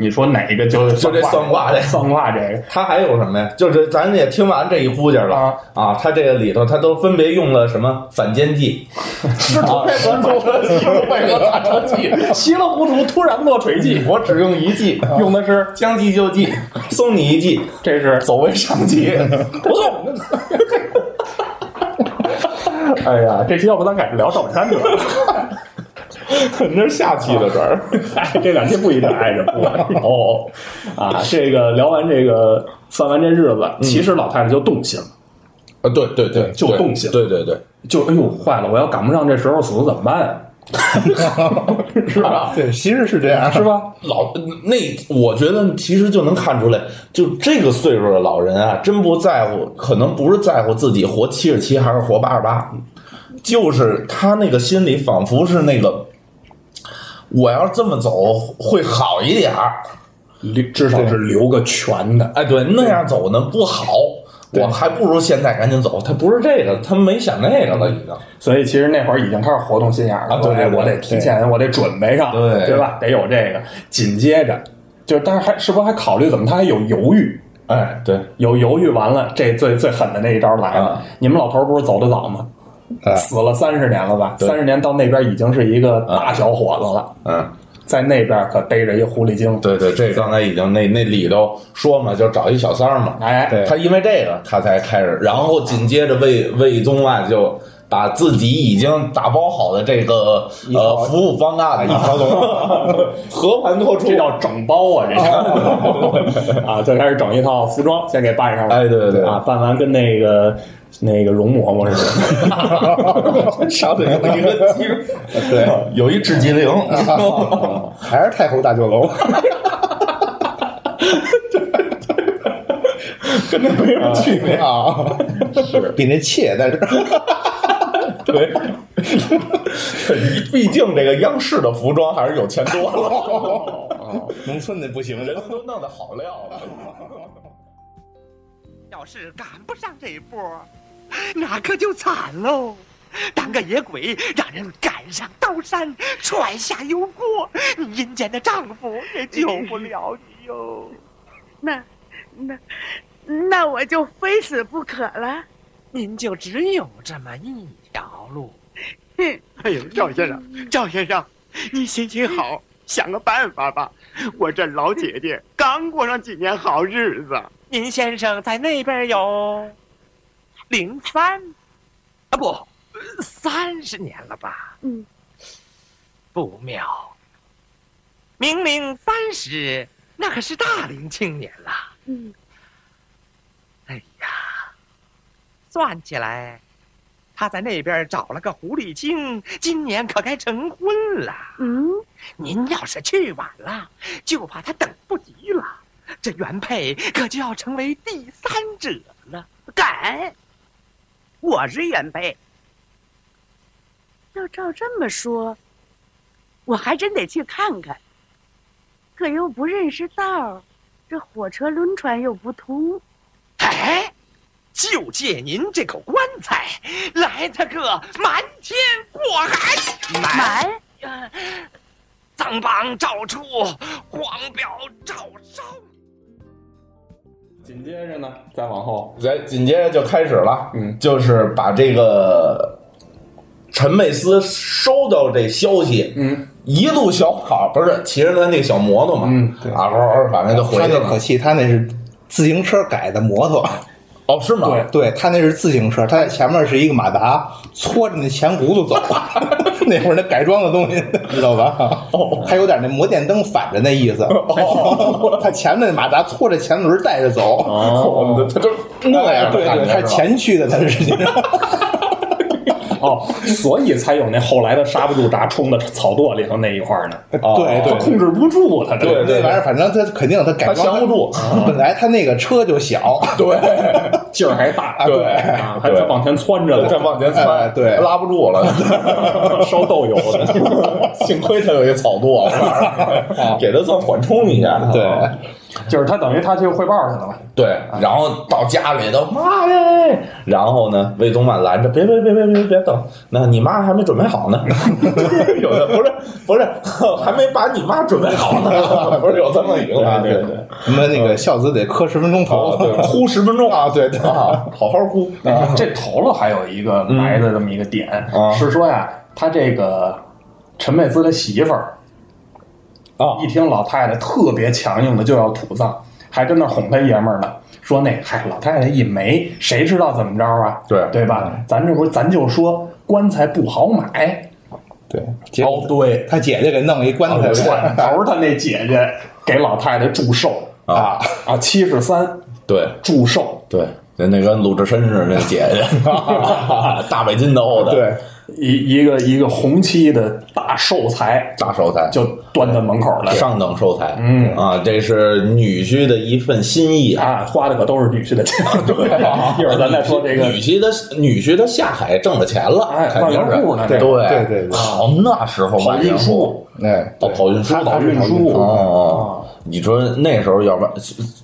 你说哪个就就这算卦这算卦这个他还有什么呀？就是咱也听完这一呼家了啊啊，他这个里头他都分别用了什么反间计，石头配合走石头配合砸车计，稀里糊涂突然落 锤计， 我只用一计，用的是啊将计就 计，送你一计，啊这是走为上计，不错。 哎呀，这期要不咱改聊赵本山去了？ 那是下期的事儿。 哎，这两期不一定挨着 播哦。啊，这个聊完这个算完这日子，其实老太太就动心了，啊，对对 对，就动心对对对，就哎呦坏了，我要赶不上这时候死怎么办啊呀、是 吧？对，其实是这样，是吧？老那，我觉得其实就能看出来，就这个岁数的老人啊，真不在乎，可能不是在乎自己活七十七还是活八十八，就是他那个心里仿佛是那个，我要这么走会好一点儿，留至少是留个全的。哎，对，那样走呢不好，我还不如现在赶紧走。他不是这个，他没想那个了，已经。所以其实那会儿已经开始活动心眼儿了，啊对说哎对我得对提前，我得准备上，对对吧？得有这个。紧接着就是，但是还是不是还考虑怎么？他还有犹豫。哎，对，有犹豫完了，这最最狠的那一招来了。啊哎你们老头儿不是走得早吗？啊死了三十年了吧？对啊三十年到那边已经是一个大小伙子了，嗯。在那边可逮着一狐狸精。对对，这刚才已经那那里头说嘛，就找一小三儿嘛，哎对他因为这个他才开始，然后紧接着魏魏宗啊就把自己已经打包好的这个一条呃服务方案一条龙 和盘托出这，叫整包啊！这叫啊，最开始整一套服装，先给办上了。哎对对对啊，办完跟那个那个容嬷 嬷似的。上头有一个精，对， 有一智机灵， 还是太后大酒 楼，跟那 没有区别。啊，是 比那妾在这儿，对， 毕竟这个央视的服装还是有钱 多了，农村的不行，人 都弄的好料了。 要是赶不上这波，那可就惨喽。当个野鬼，让人赶上刀山，踹下油锅。你阴间的丈夫也救不了你哟。那那那我就非死不可了。您就只有这么一条路。 哼，嗯哎呦，赵先生，赵先生，你行行好， 想个办法吧。我这老姐嗯姐刚过上几年好日子。您先生在那边有零三，啊不，三十年了吧？嗯，不妙，明明三十，那可是大龄青年了。嗯，哎呀，算起来，他在那边找了个狐狸精，今年可该成婚了。嗯，您要是去晚了，就怕他等不及了。这原哎配可就要成为第三者了。敢？我是原配，要照这么说，我还真得去看看。可又不认识道儿，这火车轮船又不通。哎，就借您这口棺材，来他个瞒天过海，满呃赃榜照出，黄表照烧。紧接着呢，再往后，来，紧接着就开始了，嗯就是把这个陈佩斯收到这消息，嗯，一路小跑，不是骑着他那个小摩托嘛，嗯对啊，嗷嗷，反正就回他去那可了。气，他那是自行车改的摩托，哦，是吗？对对他那是自行车，他前面是一个马达，搓着那前轱辘走。 那会儿那改装的东西，知道吧？ 哦，还有点那摩电灯反着那意思。哦，他前面那马达搓着前轮带着走。哦，他就那样的对感对，觉他是吧前驱的，他是。哦，所以才有那后来的刹不住闸冲到草垛里头那一块 儿呢，哦对对他控制不住他这对那玩意儿， 反正他肯定他改装他降不住。本来他那个车就小，对。 劲儿还大，对啊，还在往前窜着再呢，往前窜、 哎对拉不住了。 烧豆油 的， 幸亏他有一草垛，我 啊告诉你给他算缓冲一下。对，就是他等于他去汇报去了嘛，对，然后到家里头，妈耶！然后呢，魏宗满拦着，别别别别别别等，那你妈还没准备好呢。 有的不是不是， 还没把你妈准备好呢， 不是有这么一个吗？对对对什么那个孝子得磕十分钟头哦，，对，哭十分钟啊，对对，好好哭。哎这头了还有一个埋的这么一个点，啊是说呀，他这个陈佩斯的媳妇儿啊一听老太太特别强硬的就要土葬，还跟那儿哄他爷们儿呢，说那嗨老太太一没，谁知道怎么着啊？对对吧？咱这不是咱就说棺材不好买，哦对，结果对，他姐姐给弄一棺材转头他那姐姐给老太太祝寿啊，啊，七十三对祝寿，对，那那跟鲁智深似的，那姐 姐，大北京兜 的，对，一一个一个红漆的大寿材大手彩，就端到门口了。上等寿材，嗯啊，这是女婿的一份心意啊。啊，花的可都是女婿的钱。对， 一会儿咱再说这个。哦女婿的女婿的下海挣了钱了，哎肯定万元户是呢对对对对对好那时候跑万元运户输，哎，哦，跑运输他的，跑运跑运输啊输哦，你说那时候要不然，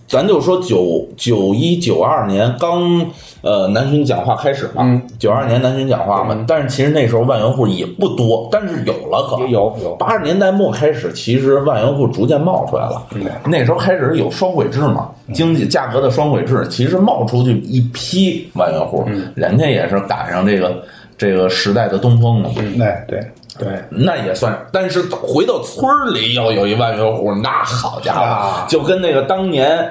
咱就说九九一九二年刚呃南巡讲话开始嘛嗯，九二年南巡讲话嘛，但是其实那时候万元户也不多，但是有了可有有八十年代末开始，其实万元户逐渐冒出来了。那时候开始有双轨制嘛，经济价格的双轨制，其实冒出去一批万元户，人家也是赶上这个这个时代的东风了。哎对，对，那也算，但是回到村儿里要有一万元户，那好家伙，啊就跟那个当年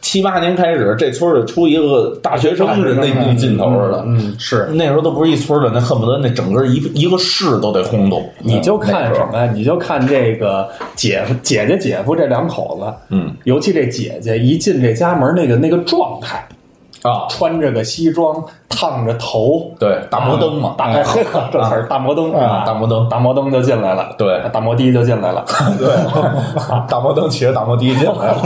七八年开始，这村儿里出一个大学生似的，那那劲头似的。嗯，是。那时候都不是一村儿了，那恨不得那整个一一个市都得轰动。你就那看时什候么呀？你就看这个姐夫、姐姐、姐夫这两口子，嗯，尤其这姐姐一进这家门，那个那个状态，啊？穿着个西装，烫着头，对，大摩登嘛，大哎呵呵 这词儿大摩登啊，大摩登，大摩登就进来了，对大摩的就进来了。 对，大摩登骑着大摩的进来了，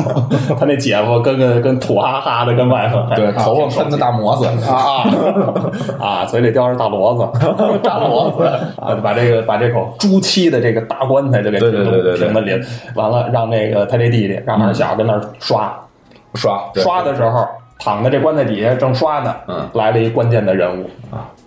他那姐夫跟个跟土哈哈的，跟外头还对，头上喷的啊大摩子啊，啊，嘴里叼着大骡 子，大骡子啊，把这个把这口朱漆的这个大棺材就给对停对对了对对停了里，完了让那个他这弟弟让二小跟那儿刷刷刷的的时候，躺在这棺材底下正刷呢，嗯，来了一关键的人物，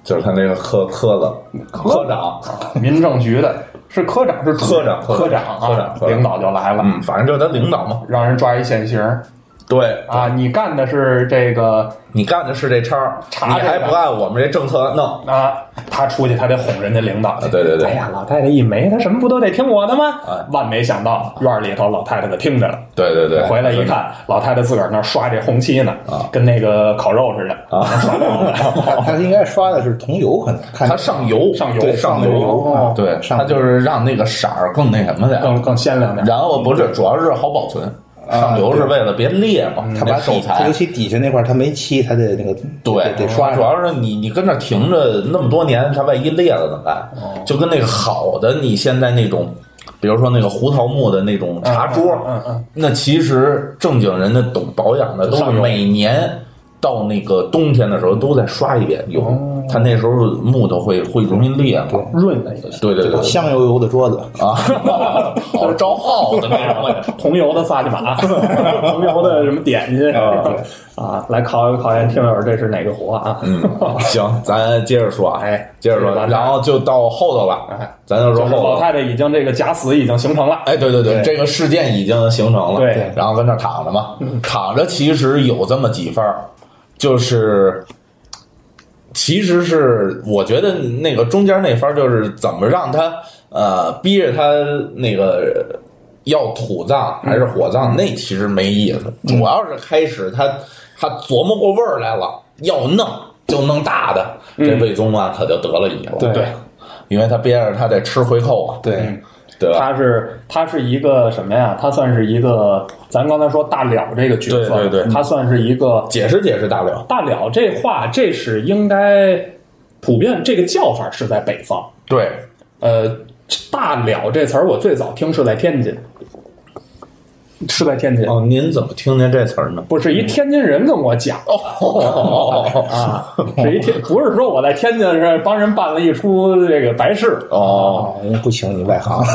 就是他那个科科子啊科长，民政局的是科长是主科长科长科长啊科长科长领导就来了，嗯，反正就是他领导嘛。让人抓一现行儿对，啊！你干的是这个你干的是这叉儿，查你这个还不按我们这政策弄？啊，他出去他得哄人家领导啊，对对对哎呀，老太太一没，他什么不都得听我的吗？哎万没想到院儿里头老太太可听着了，对对对，回来一看，老太太自个儿那儿刷这红漆呢啊，跟那个烤肉似的啊刷肉呢。 他他应该刷的是桐油，可能看他上油，上油啊对上上的油，啊油，对，上他就是让那个色儿更那什么点儿，更更鲜亮点儿。然后不是，主要是好保存。上油是为了别裂嘛，啊他嗯那把手底，他残尤。其底下那块儿他没漆，他得那个对，得得刷主上。要是你你跟那停着那么多年，它万一裂了怎么办？就跟那个好的，你现在那种，比如说那个胡桃木的那种茶桌，嗯嗯，那其实正经人的懂保养的，都是上油每年到那个冬天的时候都在刷一遍油，哦它那时候木头会会容易裂嘛。润的也是。对对对对香油油的桌子，啊，好招耗的那什么呀。红油的萨琪玛，红油的什么点心啊啊？来考考验听友，这是哪个活啊？嗯，行，咱接着说啊，哎接着说接着，咱然后就到后头了哎，咱就说就是后老头。太太已经这个假死已经形成了，哎，对对对，对这个事件已经形成了，对然后跟那儿躺着嘛，躺着其实有这么几份儿，就是。其实是我觉得那个中间那番儿就是怎么让他呃逼着他那个要土葬还是火葬，那其实没意思。主要是开始他他琢磨过味儿来了，要弄就弄大的，这嗯魏宗啊可就得了瘾了。对对因为他憋着他得吃回扣啊，对，对吧？他是他是一个什么呀？他算是一个，咱刚才说大了这个角色，对对对他算是一个解释解释大了，大了这话，这是应该普遍这个叫法是在北方。对，呃，大了这词儿我最早听是在天津，是在天津，哦，您怎么听见这词儿呢？不是一天津人跟我讲哦啊，是一天不是说我在天津是帮人办了一出这个白事，啊哦，哦，人不请你外行，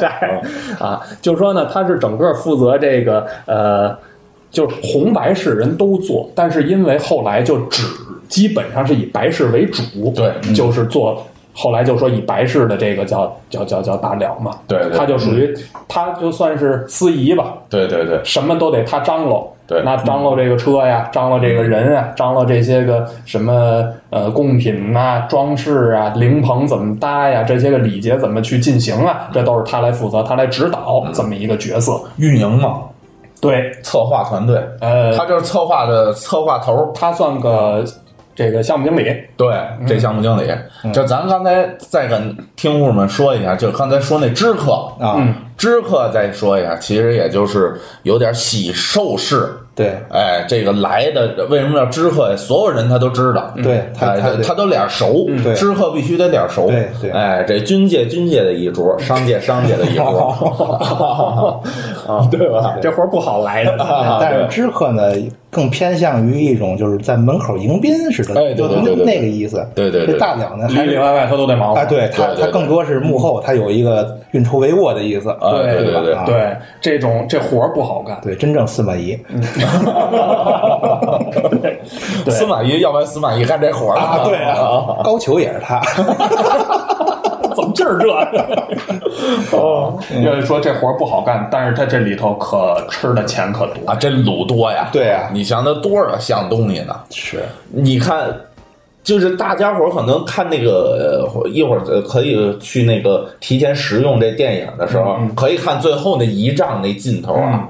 嗨 啊，就说呢，他是整个负责这个呃，就是红白事人都做，但是因为后来就只基本上是以白事为主，对嗯就是做。后来就说以白事的这个叫叫叫叫大了嘛，对对嗯他就属于他就算是司仪吧，对对对，什么都得他张罗。对嗯那张罗这个车呀，张罗这个人啊，张罗这些个什么呃贡品呐、装饰啊、灵棚怎么搭呀，这些个礼节怎么去进行啊，这都是他来负责，他来指导嗯这么一个角色。运营嘛，对，策划团队，呃，他就是策划的策划头儿，他算个这个项目经理，对，这项目经理，就咱刚才再跟听户们说一下，就刚才说那知客啊嗯知客再说一下，其实也就是有点喜寿事。 对哎，这个来的为什么叫知客呀？所有人他都知道，对他哎他得他都脸熟嗯，对知客必须得脸熟，对对哎，这军界军界的一桌，商界商界的一啊 桌，啊对吧？这活儿不好来的。 哎啊但是对知客呢更偏向于一种就是在门口迎宾似的，哎对对对对就对那个意思。对对对这大了呢里还里是外外他都得忙活啊，对他对对他更多是幕后，他有一个运筹帷幄的意思。啊，对对对对吧，对，这种这活儿不好干。对，真正司马懿，对 司马懿，要不然司马懿干这活儿啊，对啊，高俅也是他， 怎么就是这？啊哦，要说这活儿不好干，但是他这里头可吃的钱可多。啊，这卤多呀， 对啊你想他多少项东西呢？ 是你看，就是大家伙儿可能看那个呃一会儿呃可以去那个提前食用这电影的时候，嗯可以看最后那仪仗那尽头啊。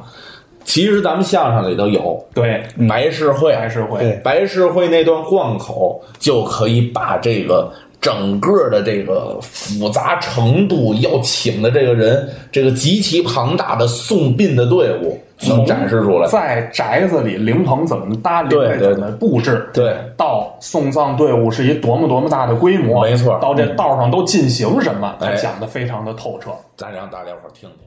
其实咱们相声里头有对，嗯白事会，啊还是会对白事会那段贯口就可以把这个。整个的这个复杂程度，要请的这个人，这个极其庞大的送殡的队伍，能展示出来。在宅子里灵棚怎么搭，灵对位对怎么布置，对，到送葬队伍是一多么多么大的规模，没错到这道上都进行什么，他哎讲的非常的透彻。咱让大家伙儿听听。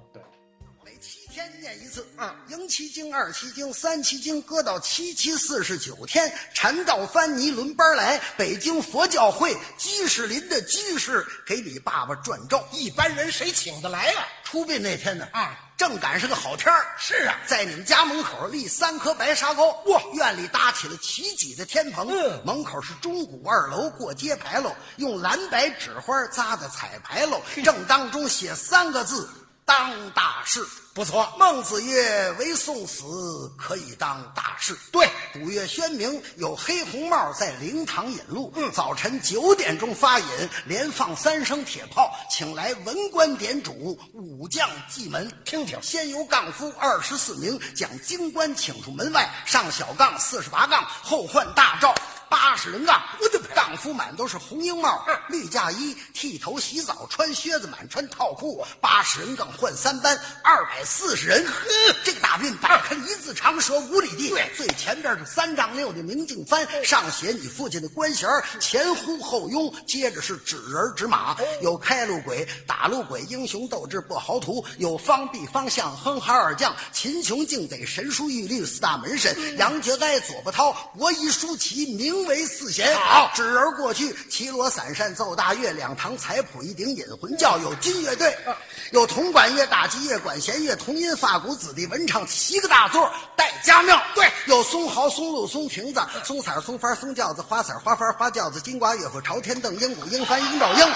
每七天呢，验一次啊，迎其经，二其经，三其经，搁到七七四十九天，禅道番尼轮班来，北京佛教会居士林的居士给你爸爸转咒，一般人谁请得来呀、啊出殡那天呢啊，正赶上个好天儿，是啊在你们家门口立三棵白沙沟，哇，院里搭起了奇几的天棚，嗯门口是钟鼓二楼过街牌楼，用蓝白纸花扎的彩排楼，正当中写三个字“当大事”，不错孟子曰：“唯送死，可以当大事。”对，古月宣明有黑红帽在灵堂引路，嗯，早晨九点钟发引，连放三声铁炮，请来文官点主，武将祭门。听听先由杠夫二十四名将京官请出门外，上小杠四十八杠，后换大罩八十人杠。我的嗯杠夫满都是红缨帽、绿嫁衣，剃头洗澡，穿靴子满，穿套裤。八十人杠换三班，二百四十人。这个大运摆开一字长蛇五里地，对，最前边是三丈六的明镜幡，上写你父亲的官衔儿，前呼后拥，接着是指人指马，有开路鬼、打路鬼，英雄斗志不豪图，有方必方向、哼哈二将、秦琼、敬得、神书玉律四大门神，杨觉该、左伯涛、伯夷、叔齐，名为四贤。好，指人过去，绮罗散扇奏大乐，两堂彩谱一顶引魂教，有军乐队，有铜管乐、打击乐、管弦乐、铜音、发鼓、子弟文唱，七个大座，带家庙。对，有松毫、松露、松裙子、松色儿、松幡儿、松轿子、花色儿、花幡儿、花轿子、金瓜乐府、朝天凳、鹰鼓、鹰幡、鹰爪鹰。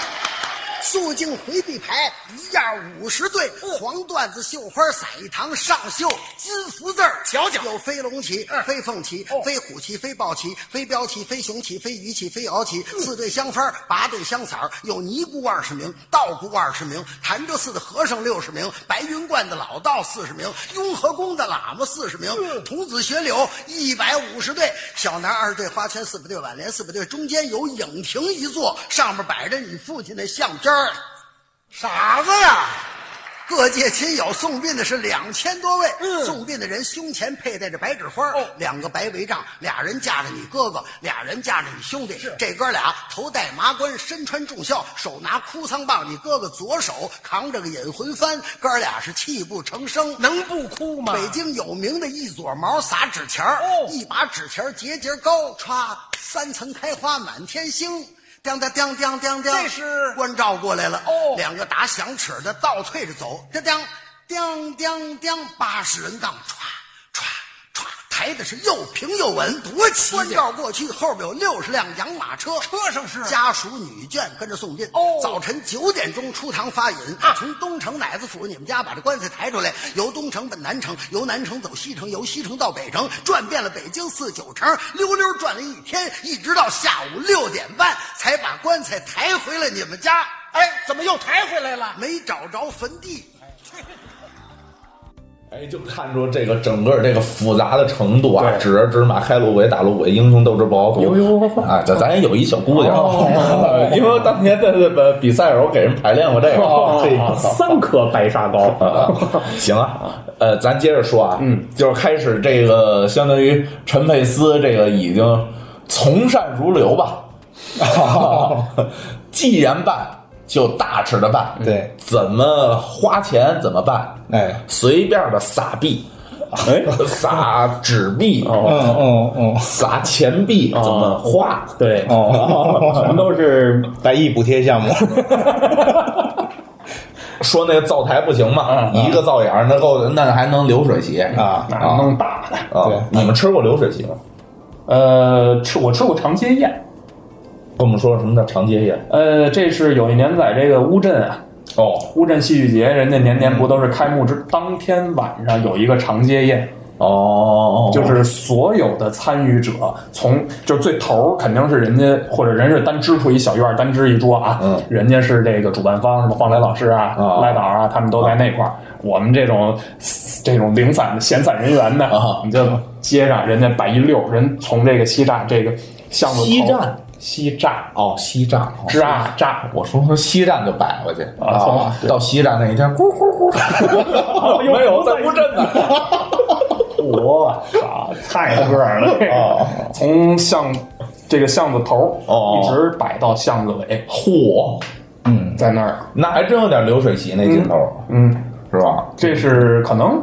肃静回避牌一样五十对，嗯黄缎子绣花伞一堂，上绣金福字儿，瞧嗯哦瞧有飞龙旗、飞凤旗、飞虎旗、飞豹旗、飞镖旗、飞熊旗、飞鱼旗、飞鳌旗，嗯四对香幡儿，八对香伞儿，有尼姑二十名，道姑二十名，潭柘寺的和尚六十名，白云观的老道四十名，雍和宫的喇嘛四十名，童子学柳一百五十对，小南二十对，花圈四百对，挽联四百对，中间有影亭一座，上面摆着你父亲的相片儿傻子呀！各界亲友送殡的是两千多位，送殡的人胸前佩戴着白纸花，两个白围帐，俩人架着你哥哥，俩人架着你兄弟，这哥俩头戴麻冠，身穿重孝，手拿哭丧棒，你哥哥左手扛着个引魂幡，哥俩是泣不成声，能不哭吗？北京有名的一撮毛撒纸钱儿，哦一把纸钱儿节节高，歘，三层开花满天星。叮当叮叮叮叮，这是关照过来了。哦两个打响尺的倒退着走，叮叮叮叮叮，八十人杠，歘歘歘，抬的是又平又稳，多齐关照过去，后边有六十辆洋马车，车上是家属女眷跟着送殡。哦啊早晨九点钟出堂发引，从东城奶子府你们家把这棺材抬出来，由东城奔南城，由南城走西城，由西城到北城，转遍了北京四九城，溜溜转了一天，一直到下午六点半才把棺材抬回了你们家，哎，怎么又抬回来了？没找着坟地。哎，就看出这个整个这个复杂的程度啊，对指人指马、开路鬼、打路鬼、英雄斗志不豪呦呦图啊，这咱也有一小姑娘哦， 因为当年在这个比赛时候给人排练哦过这个，哦可以三颗白沙膏， 啊，行啊，呃，咱接着说啊，嗯，就是开始这个相当于陈佩斯这个已经从善如流 吧，既然办就大尺的办，对，怎么花钱怎么办？哎，随便的撒币，哎， 撒纸币，嗯哦，嗯嗯，撒钱币怎么花？对，哦，全都是在一补贴 项目，说那个灶台不行嗯吗？一个灶眼儿那够，那还能流水席啊哪儿弄大的。啊对！你们吃过流水席吗？呃，吃我吃过长街宴，跟我们说说什么叫长街宴？呃，这是有一年在这个乌镇啊，哦，嗯乌镇戏剧节，人家年年不都是开幕之当天晚上有一个长街宴，哦，就是所有的参与者从就是最头儿肯定是人家或者人是单支出一小院儿单支一桌啊，嗯人家是这个主办方什么黄磊老师啊、啊赖导啊，他们都在那块儿。我们这种这种零散的闲散人员呢，啊我们就街上人家摆一溜儿，人从这个西站这个巷子口西站西站哦，西站哦支啊站，我说从西站就摆过去啊从对到西站那一天，咕咕 咕，没有在乌镇呢。我操，太个儿了！ 这个从巷这个巷子头哦儿一直摆到巷子尾，嚯，在那儿，那还真有点流水席那劲头，嗯，是吧？这是可能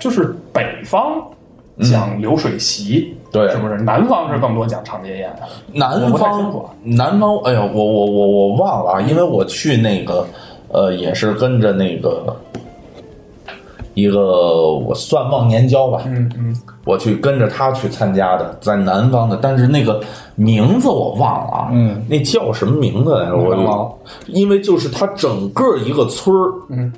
就是北方讲流水席，对是不是？南方是更多讲长街宴的。我南不太清方楚，南方，哎呀，我我我我忘了啊，因为我去那个，呃，也是跟着那个一个我算忘年交吧，嗯嗯，我去跟着他去参加的，在南方的，但是那个名字我忘了啊，嗯，那叫什么名字来着？我忘了就因为就是他整个一个村儿，嗯，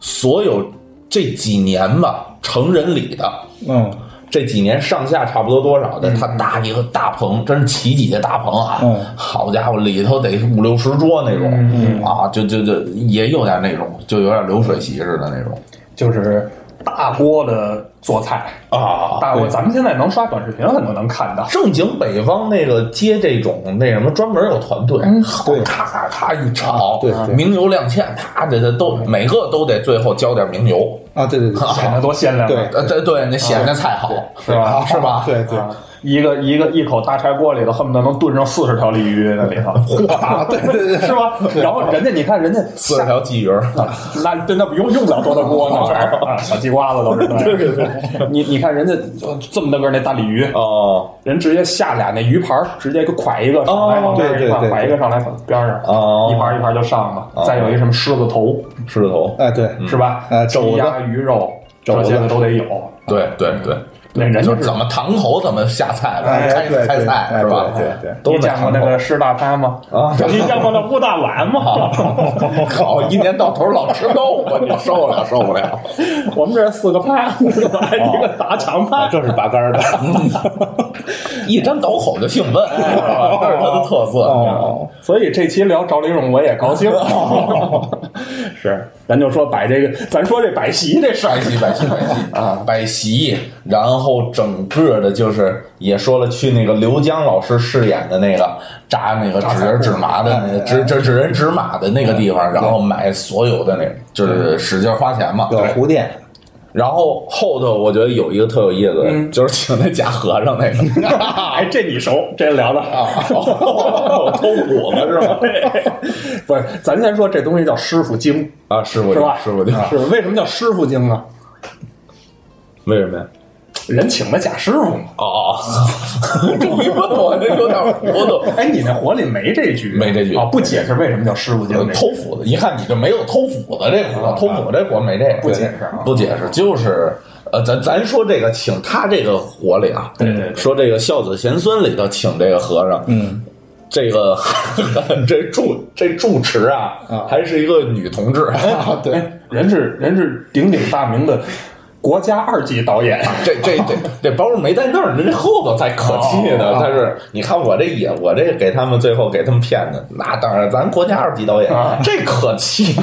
所有这几年吧，成人礼的，嗯这几年上下差不多多少的，他搭一个大棚，真是起几的大棚啊！嗯好家伙，里头得五六十桌那种、嗯啊，就就就也有点那种，就有点流水席似的那种就是大锅的做菜，啊。大锅。对咱们现在能刷短视频，很多能看到。正经北方那个接这种那什么，专门有团队，嗯哎好对啊咔咔咔一炒，啊对对名油亮芡，啪这这都每个都得最后浇点名油，啊，对对 对，显得多鲜亮，啊对呃对对，那显得菜好，是吧？是吧？对对啊，一个一个一口大柴锅里头，恨不得能炖上四十条鲤鱼在里头，啊，对对 对，是吧？然后人家你看人家四十条鲫鱼儿，那真的不用用不了多大锅呢，啊，小鸡瓜子都 是。对对对，你你看人家就这么大个儿那大鲤鱼，哦人直接下俩那鱼盘儿，直接给㧟一个上来，哦往边对上一对对放，㧟一个上来放边上，哦，一盘儿一盘儿就上嘛。再有一个什么狮子头，狮子头，哎对，是吧？呃肘肘子鸭鱼肉，肘这子些个都得有。对对对，那人就家是怎么堂口怎么下菜吧，哎开对对开菜哎是吧？对对对都你在见堂过那口个狮大潘吗？啊。 你见过那武大郎吗？ 好，一年到头老吃豆腐，你受不了，受不 了。我们这四个拍， 一个打长拍啊，这是拔杆儿的，嗯一沾倒口就兴奋，这哎是它的特色。哦，所以这期聊赵丽蓉，我也高兴。 是，咱就说摆这个，咱说这摆席 这事儿摆席，摆席，摆席啊，摆席，然后整个的就是也说了，去那个刘江老师饰演的那个扎那个指人指麻哎的那个指指指人指马的那个地方，然后买所有的那，嗯就是使劲花钱嘛，有蝴蝶，然后后头我觉得有一个特有意思的，嗯就是请那假和尚那 个哎，这你熟，这聊聊啊， 我偷火了是吗？不是，咱先说这东西叫师傅经，啊，师傅是吧？师傅就是为什么叫师傅经啊？为什么呀？人请的假师傅嘛。哦， 终于问我，这有点糊涂。哎，你那活里没这句，没这句啊？不解释为什么叫师傅经这句，偷斧子，一看你就没有偷斧子这活，啊偷斧这活没这个，不解释啊不解释，就是呃，咱咱说这个请他这个活里啊，对对对说这个孝子贤孙里头请这个和尚，嗯，这个 这住这住持啊啊，还是一个女同志， 啊对，哎，人是人是鼎鼎大名的国家二级导 演，这这这这包没在那儿，人家后头才可气呢。哦但是你看我这也，我这给他们最后给他们骗的，那当然，咱国家二级导演啊这可气，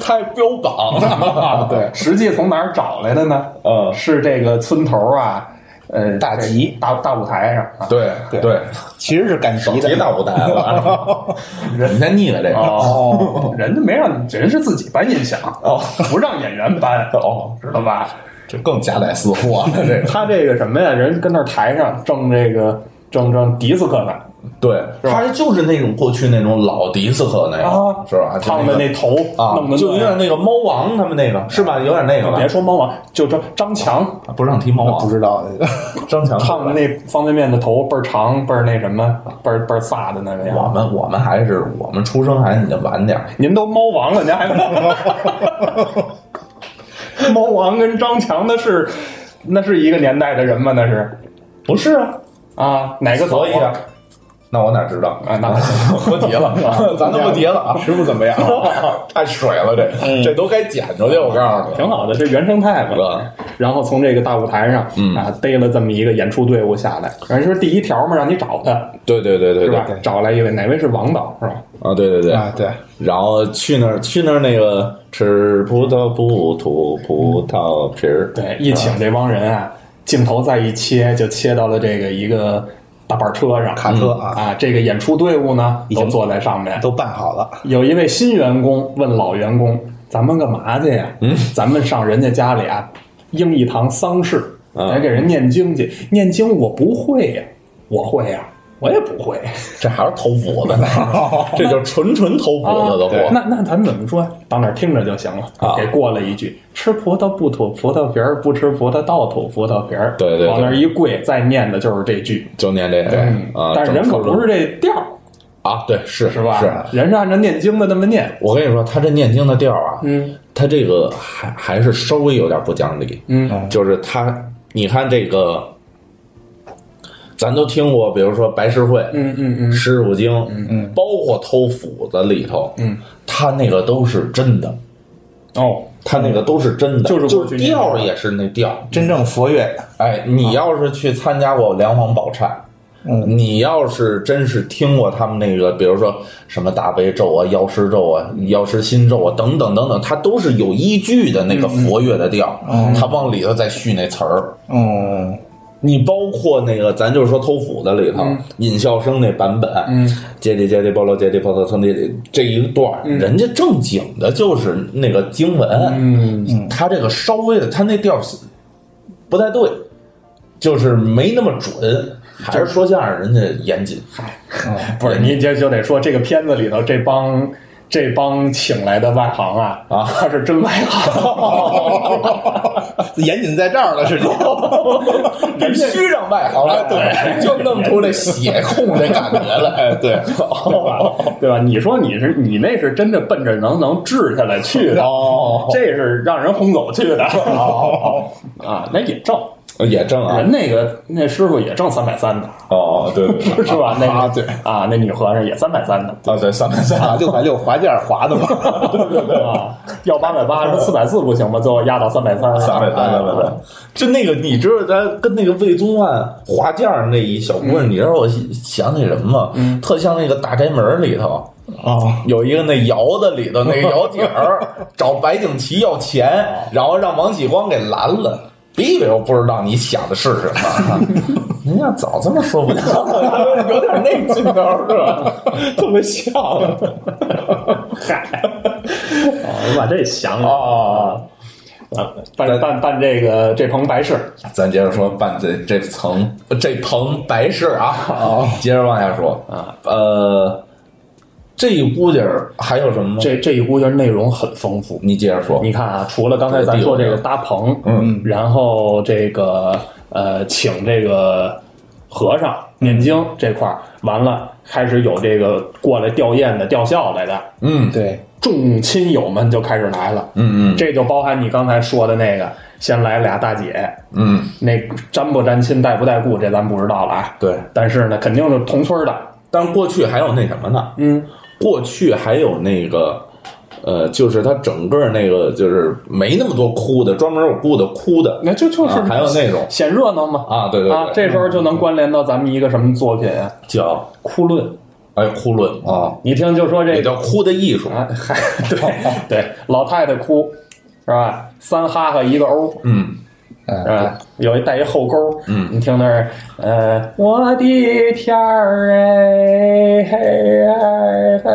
太标榜 了。对，实际从哪儿找来的呢？嗯是这个村头啊，呃，大集大大舞台上啊，对对对，其实是赶集别的，大舞台了，你先腻歪这个。哦， 人家没让，人是自己搬音响，哦，不让演员搬，哦，知道吧？这更夹带私货了， 这个他这个什么呀？人跟那儿台上正这个正正迪斯科呢，对，是吧他就是那种过去那种老迪斯科那啊个，是吧？烫的就那个头啊弄，的就有点那个猫王他们那个是吧？有点那个吧，别说猫王，就这张强不让提猫 不王，知道，张强烫的那方便面的头倍儿长，倍儿那什么，倍儿倍儿飒的那个我样。们我们还是我们出生还得晚点儿，您都猫王了，您还猫王跟张强那是那是一个年代的人吗？那是不是啊？啊，哪个早所以啊啊？，那我哪知 道？啊，那不提了，咱都不提了啊！师傅怎么样？ 太水了，这这都该剪出去，我告诉你。挺好的，这原生态嘛。吧？然后从这个大舞台上、嗯啊逮了这么一个演出队伍下来，人说第一条嘛，让你找他对对对对是对吧？找来一位，哪位是王导是吧？啊，对对对。啊 对，然后去那儿去那儿那个吃葡萄不吐葡萄皮儿，对，一请这帮人啊，镜头再一切，就切到了这个一个大板车上，卡车啊啊，这个演出队伍呢已都经坐在上面，都办好了，有一位新员工问老员工：“咱们干嘛去呀？”嗯，咱们上人家家里啊，应一堂丧事，嗯来给人念经去。念经我不会呀、我会呀、我也不会，这还是偷斧子呢， 这就纯纯偷斧子的活。啊那那咱们怎么说呀？到那儿听着就行了。啊给过了一句：吃葡萄不吐葡萄皮儿，不吃葡萄倒吐葡萄皮儿。对对对往那儿一跪，再念的就是这句。就念这个嗯啊，但是人可正不是这调儿，啊，对，是是吧？是，人是按照念经的那么念。我跟你说，他这念经的调儿啊，嗯他这个还还是稍微有点不讲理。嗯就是他，你看这个，咱都听过，比如说白石会、嗯嗯嗯师傅经，嗯包括偷斧子里头，嗯，他那个都是真的，哦，他那个都是真的，就是就过去是那调儿个也是那调儿。真正佛乐，哎，你要是去参加过梁皇宝忏，嗯，你要是真是听过他们那个，比如说什么大悲咒啊、药师咒啊、药师心咒啊等等等等，它都是有依据的那嗯个佛乐的调，它往里头再续那词儿。嗯，你包括那个，咱就是说偷斧子里头，尹笑声那版本，嗯，揭谛揭谛波罗揭谛波罗僧揭谛这一段，人家正经的就是那个经文，嗯他这个稍微的，他那调儿不太对，就是没那么准，还是说相声人家严谨， 不是，你就就得说这个片子里头这帮这帮请来的外行啊，啊他是真外 行，严谨在这儿了，是 这。必 须让外行来，哎哎对， 就弄出这血控这感觉哎来，对，对吧？对吧？你说你是你那是真的奔着能能治下来去的，哦，这是让人轰走去的， 啊，那也挣。 也正啊人，那个那师傅也挣三百三的， 哦，对对对是吧？那个啊对 啊，那女和尚也三百三的，啊，对，三百三，啊，六百六划价划的嘛，啊，要八百八，四百四不行吗？最后压到三百啊三，三百三，三百三。就那个，你知道咱跟那个魏宗翰划价儿那一小姑娘，你知道我想起什么吗？特像那个大宅门里头啊，有一个那窑子里头那个窑井儿找白景琦要钱，然后让王启光给拦了。别以为我不知道你想的是什 么啊，您要早这么说不就了？ 有点那劲头儿是 吧？特别像。 嗨，哦，我把这想了哦啊，办办办这个这棚白事，咱接着说办这这层这棚白事啊，接着往下说哦啊，呃，这一屋点儿还有什么吗？这这一屋就是内容很丰富。你接着说，你看啊，除了刚才咱说这个搭棚，嗯，然后这个呃，请这个和尚念经这块儿，完了开始有这个过来吊唁的、吊孝来的，嗯，对， 众亲友们就开始来了。嗯嗯这就包含你刚才说的那个，先来俩大姐，嗯，那沾不沾亲、带不带故，这咱不知道了啊。对。但是呢，肯定是同村的，但是过去还有那什么呢？嗯，过去还有那个，呃，就是他整个那个就是没那么多哭的，专门有雇的哭的，那就就是、啊还有那种显热闹嘛。啊，对对对，啊，这时候就能关联到咱们一个什么作品啊？叫哭论，哎哭论啊，你听就说这也个叫哭的艺术，哦啊，嗨，对对，老太太哭是吧？三哈哈一个欧，嗯，是吧？有一带一后勾，嗯你听那儿，呃，我的天儿哎嘿哎哎，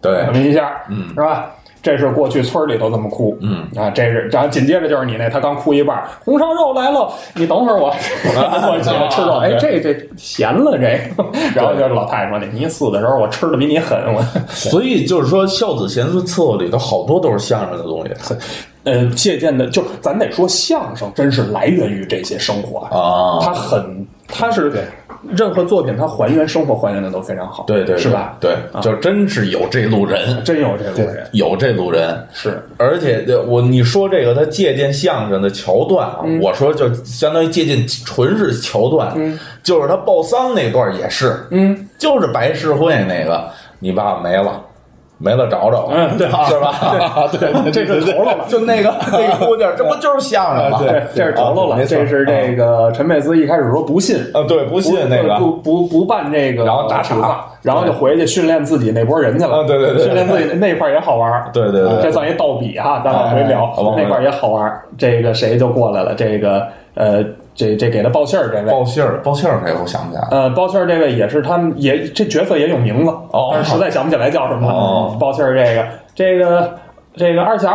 对这，么一下，嗯是吧？这是过去村儿里头这么哭，嗯啊，这是，然后紧接着就是你那，他刚哭一半儿，红烧肉来了，你 等会儿我我起来吃肉，哎，这这咸了这，然后就是老太太说，你死的时候我吃的比你狠，我所以就是说，孝子贤孙伺候里头好多都是相声的东西呃，借鉴的，就咱得说相声，真是来源于这些生活，啊它很，它是任何作品，它还原生活还原的都非常好，对对，对是吧？对啊，就真是有这路人，真有这路人，有这路人。是而且呃我你说这个，他借鉴相声的桥段啊，嗯我说就相当于借鉴纯是桥段，就是他报丧那段也是，嗯，就是白事会那个，你爸爸没了，没了找找，嗯对是 吧？啊对对这是头了吧？就 那个那个姑娘，这不就是相声啊吗？对这是着落没了，错这是这个陈佩斯一开始说不信，啊，对，啊不信那个，不不不办这个，然后打岔处罚，然后就回去训练自己那波人去了，啊对对对训练自己那块儿也好玩儿，啊对对对这算一倒笔哈，咱往回聊哎哎往，回那块儿也好玩儿，这个谁就过来了，这个呃，这这给他报信儿这位。报信儿，报信儿谁？我想不起来了。呃，报信儿这位也是他们也这角色也有名字，哦但是实在想不起来叫什么了。哦报信儿这个这个这个二小，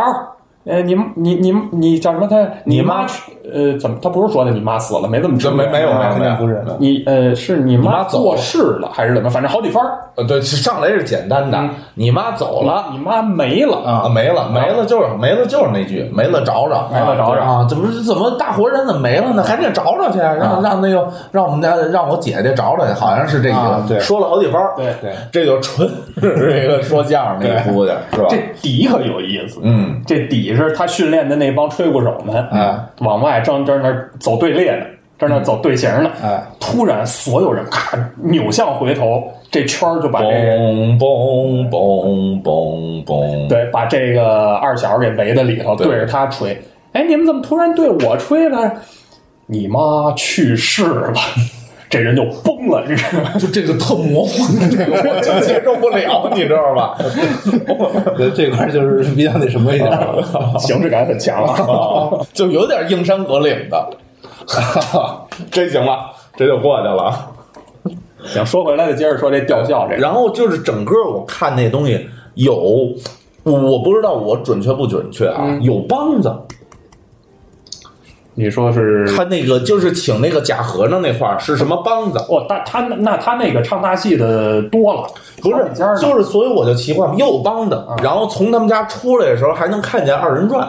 呃，你你你你叫什么？他你你妈妈呃，怎么？他不是说的你妈死了，没这么说，没没有没有肯没定啊不有，是你呃，是你你妈妈走过世了还是怎么？反正好几番儿。呃，对，是上来是简单的，嗯你妈走了。你妈没了，啊，没了，没了，就是没了，就是那句没了找找，没了找找啊！怎么怎么大活人怎么没了呢？还得找找去，啊让让那个让我们家让我姐姐找找去，好像是这啊个，对说了好几番儿，对对，这就纯 这个说相声那一出去是吧这？底可有意思。嗯，这底是他训练的那帮吹鼓手们，啊嗯，往外正正那儿走队列呢，正那儿走队形呢。嗯啊哎，突然所有人咔扭向回头，这圈儿就把这嘣嘣嘣嘣嘣，对把这个二小给围在里头，对对着他吹。哎，你们怎么突然对我吹了？你妈去世了！ 这人就崩了，这是 就这个特模糊，这个我就接受不了，你知道吧？ 这这块儿就是比较那什么一点儿。形式感很强啊。 就有点硬山格岭的， 这行了，这就过去了啊。 行，说回来再接着说这吊孝这个，然后就是整个我看那东西有，我我不知道我准确不准确啊，嗯有梆子，你说是他那个就是请那个假和尚那块儿是什么梆子？哦，大他那那他那个唱大戏的多了，不是好几家呢，就是所以我就奇怪，又有梆子，然后从他们家出来的时候还能看见二人转，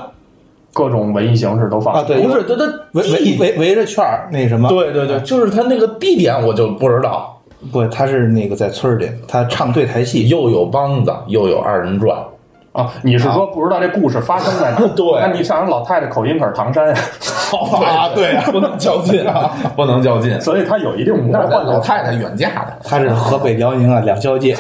各种文艺形式都放啊，对，不是，他他围围地围围着圈儿那什么？，对对对，就是他那个地点我就不知道，不，他是那个在村儿里，他唱对台戏，又有梆子，又有二人转，啊。你是说不知道这故事发生在哪儿？ 对那你上人老太太口音可是 唐山，啊，对，不 能较劲啊，不能较劲。所以她有一定魔那是幻老的。太太远嫁的，他是河北辽宁啊两交界。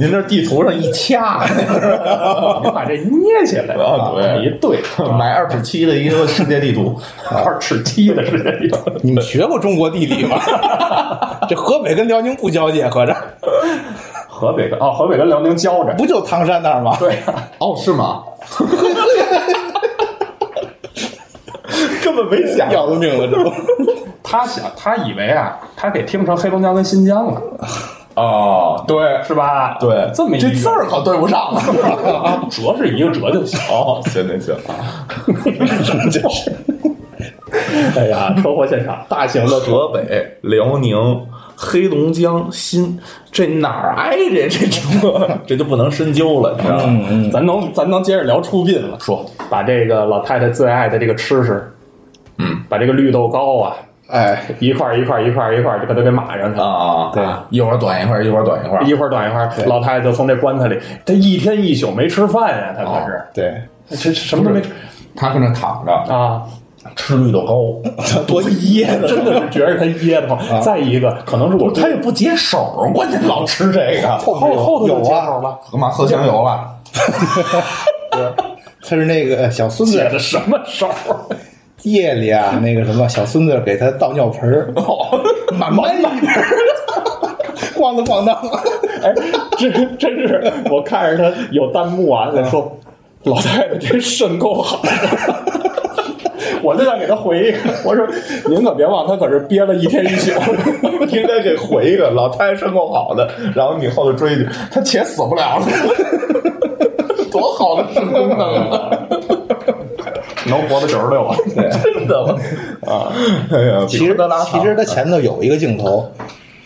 您这地图上一掐， 你把这捏起来啊对一 对，买二尺七的一个世界地图，二尺七的世界里， 你们学过中国地理吗？ 这河北跟辽宁不交界，合着河北跟哦，河北跟辽宁交着，不就唐山那儿 吗？对啊，哦，是吗？ 根本没想要了命了，这不。他想他以为啊，他给听成黑龙江跟新疆了，哦，对是吧？对，这么一这字儿可对不上了。啊，折是一个折就行。哦，行行行，哎呀， 车祸现场，大型的河北、辽宁、黑龙江、新，这哪儿挨着这这 这就不能深究了，你知道吗？咱能咱能接着聊出殡了。说嗯把这个老太太最爱的这个吃食，嗯，把这个绿豆糕啊， 哎，一块儿一块儿一块儿一块儿就给它给码上去了。啊，对，一会儿短一会儿，一会儿短一会儿一，会儿短一会儿，老太太就从这棺材里，她一天一宿没吃饭呀，她可是对，哦这这什么都没吃他搁那躺着啊，吃绿豆糕， 多噎的，真的是觉着她噎得慌。再一个，可能是我啊他也不解手，关键老吃这个，后后后头就有接啊口了，河马 喝香油啊了，他是那个小孙解子的什么手？ 夜里啊，那个什么小孙子给他倒尿盆儿，满满一盆儿， 咣当咣当。哎，这真是我看着他有弹幕啊，在说嗯老太太这肾够好的。 我就想给他回一个，我说您可别忘，他可是憋了一天一宿。 应该给回一个老太太身够好的，然后你后头追一句，他且死不了了， 多好的肾功能啊！ 能活到九十六啊！ 真的吗？啊， 哎呀，其实其实它前头有一个镜头，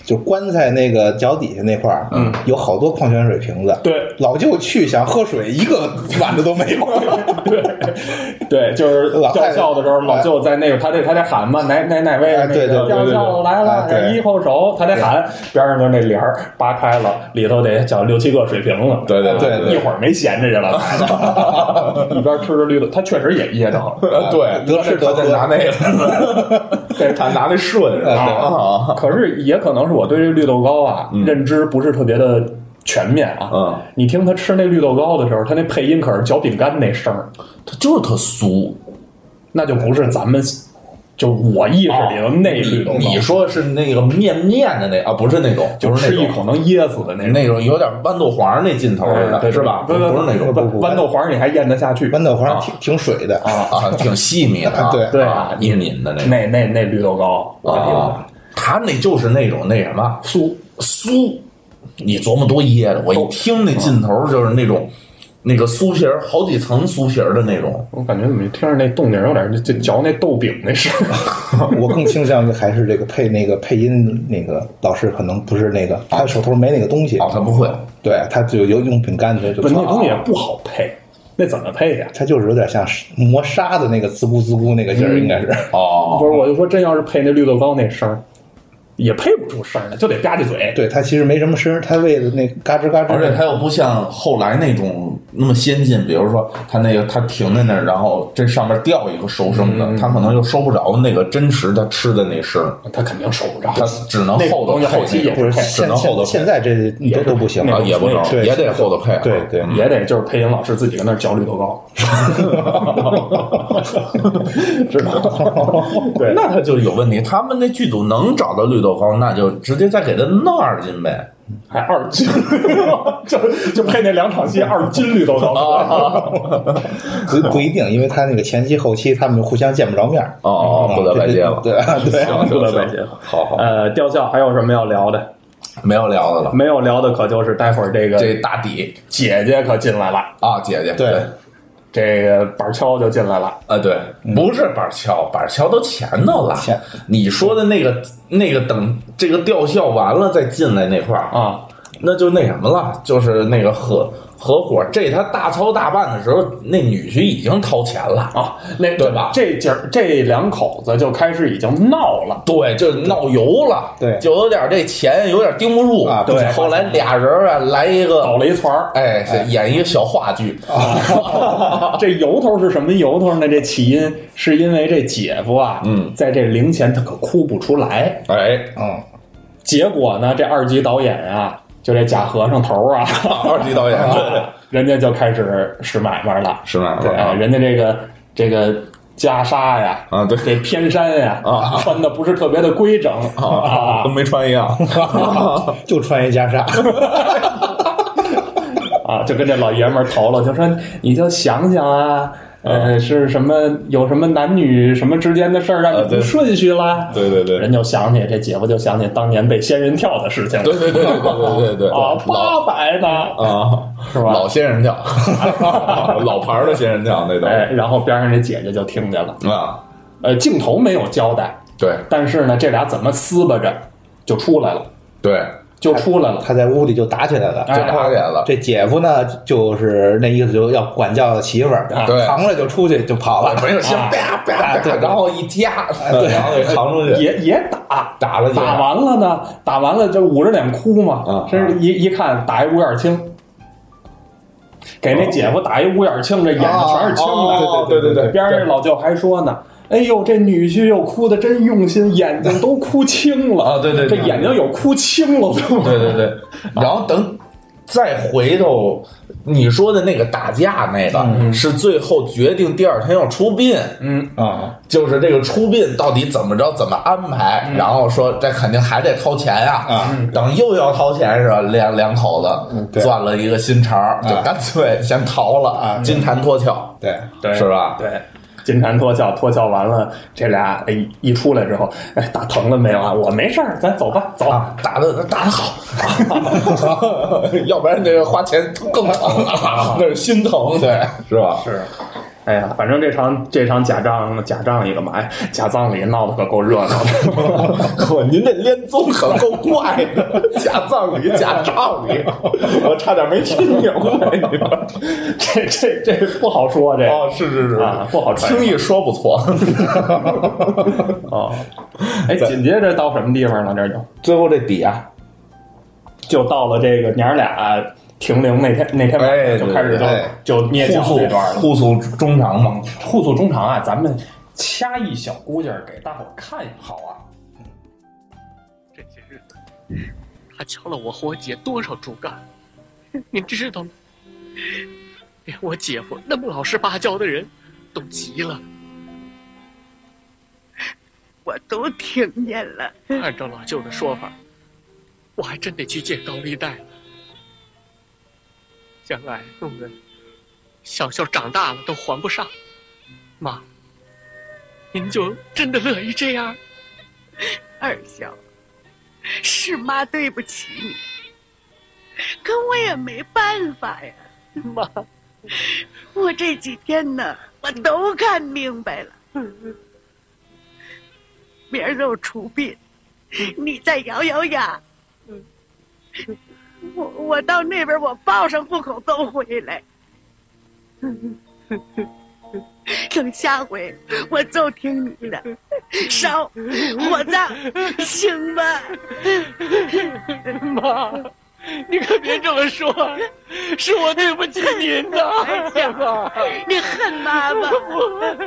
就棺材那个脚底下那块儿，嗯，有好多矿泉水瓶子。对老舅去想喝水，一个碗的都没有。对对，就是老太叫太孝的时候，老舅在那个他得他得喊嘛，哪哪哪位哎对对对对叫对孝来了，哎对一后手，他得喊，边上就是那帘儿扒开了，里头得小六七个水瓶了。啊对对对对对一会儿没闲着去 了，一边吃着绿豆，他确实也噎着了。啊对，得吃得喝他在拿那个， 他拿那 顺是吧啊，可是也可能是我对这绿豆糕啊、嗯认知不是特别的全面啊。嗯，你听他吃那绿豆糕的时候，他那配音可是嚼饼干那声儿，他就是特俗。那就不是咱们，就我意识里的那绿豆糕，你说是那个面面的那啊，不是那种，就不是吃那一种口能噎死的那种。那种有点豌豆黄那劲头似哎的，对是吧？对对不是那种不不豌豆黄你还咽得下去？豌豆黄挺挺水的，啊，挺细密的啊，对 对啊，你阴淋的那种。那那那绿豆糕，我的天哪啊，他那就是那种那什么哦酥酥，你琢磨多噎的。我一听那劲头就是那种那个酥皮儿，好几层酥皮儿的那种。我感觉怎么听着那动静有点就嚼那豆饼那声 儿。我更倾向于还是这个配那个配音那个老师可能不是那个，他手头没那个东西。哦，他不会。对，他就有用饼干的就。不，那东西也不好配，那怎么配呀？他就是有点像磨砂的那个滋咕滋咕那个劲儿，应该是。哦，不是，我就说真要是配那绿豆糕那声儿。也配不出声来，就得吧唧嘴。对他其实没什么声，他为了那嘎吱嘎吱。而且他又不像后来那种那么先进，比如说他那个他停在那儿，然后这上面掉一个收声的，他可能就收不着那个真实他吃的那声，他肯定收不着，他只能后头那个东西后期也配，不是只能后头配。现在这也都不行啊，也不能，着，也得后头配啊。对对，嗯也得就是配音老师自己跟那儿嚼绿豆糕， 知道吗？对，那他就有问题。他们那剧组能找到绿豆糕，那就直接再给他弄二斤呗。还二斤， 就就配那两场戏二斤绿豆啊糕。哦不不一定，因为他那个前期后期他们互相见不着面儿。哦，不得嗯白接了，对 对， 行不行得行白接了 好好，呃，吊孝还有什么要聊的？没有聊的了，没有聊的可就是待会儿这个这大底姐姐可进来了，啊，姐姐，对这个板锹就进来了。啊，对，不是板桥，板桥都前头了前。你说的那个那个等这个吊孝完了再进来那块儿，啊，那就那什么了，就是那个合合伙，这他大操大办的时候，那女婿已经掏钱了啊，那对吧这姐儿这两口子就开始已经闹了。对，就闹油了，对就有点这钱有点盯不住啊对后来俩人啊来一个，搞了一团儿，哎，是演一个小话剧，啊这由头是什么由头呢？这起因是因为这姐夫啊，嗯在这零前他可哭不出来。哎， 嗯，结果呢，这二级导演啊，就这假和尚头儿啊，二级导演对，人家就开始使买卖了。是吗？啊对，啊人家这个这个袈裟呀，啊，对，这偏衫呀，啊穿的不是特别的规整啊 跟没穿一 样，就穿一袈裟， 啊，就跟这老爷们儿投了，就说你就想想啊。呃，是什么？有什么男女什么之间的事儿让啊你对不顺序啦？对对对。人就想起这姐夫就想起当年被仙人跳的事情了。对对对对对对对啊，老八百呢，啊，是吧老仙人跳，老牌儿的仙人跳那哎，都然后边上这姐姐就听见了。啊，呃，镜头没有交代，对但是呢，这俩怎么撕巴着就出来了，对，就出来了。他在屋里就打起来了。就打起来了，这姐夫呢，就是那意思，就要管教媳妇儿，啊对扛着就出去就跑了。没有先啊啪啪啊啪，对然后一夹，对然后给扛出去，也也打，打了几打下，完了呢，打完了这捂着脸哭嘛啊，真是一一看打一乌眼青，给那姐夫打一乌眼青，这眼睛全是青哦的。对对对对对边上这老舅还说呢。哎呦，这女婿又哭的真用心，眼睛都哭青了啊对对这对眼睛有哭青了都。对对对，然后等再回头，你说的那个打架那个是最后决定第二天要出殡，嗯，啊，就是这个出殡到底怎么着怎么安嗯排，然后说这肯定还得掏钱呀、啊等又要掏钱是吧？两两口子嗯对钻了一个新茬儿，就啊干脆先逃了，啊金蝉脱壳，对，对，是吧对，金蝉脱壳，脱壳完了，这俩哎一出来之后，哎，打疼了没有啊？我没事儿，咱走吧，走。啊，打的打的好， 要不然这个花钱更疼了，那是心疼，对，是吧？啊是，哎呀，反正这场这场假仗假仗义干嘛呀？假葬礼闹得可够热闹的。我您这连宗可够怪的， 假葬礼假葬礼，我差点没听明 白你们。这这这不好说，这哦，是是是啊不好揣摩轻易说不错。哦，哎，紧接着到什么地方了？这就最后这底啊，就到了这个娘儿俩停灵那天那天晚哎上就开始就、对对就捏脚互这诉段了。互诉衷肠嘛。互诉衷肠啊，咱们掐一小估计儿给大伙儿看一好啊。这些日子，他敲了我和我姐多少竹竿，您知道吗？连我姐夫那么老实巴交的人都急了。我都听见了。按照老舅的说法，我还真得去借高利贷了。将来弄得小秀长大了都还不上，妈，您就真的乐意这样？二小，是妈对不起你，可我也没办法呀。妈，我这几天呢，我都看明白了。明儿就出殡，你再咬咬牙。我我到那边我报上户口都回来。等下回我就听你的，烧火葬，行吧？妈，你可别这么说，是我对不起您呐，你恨妈妈？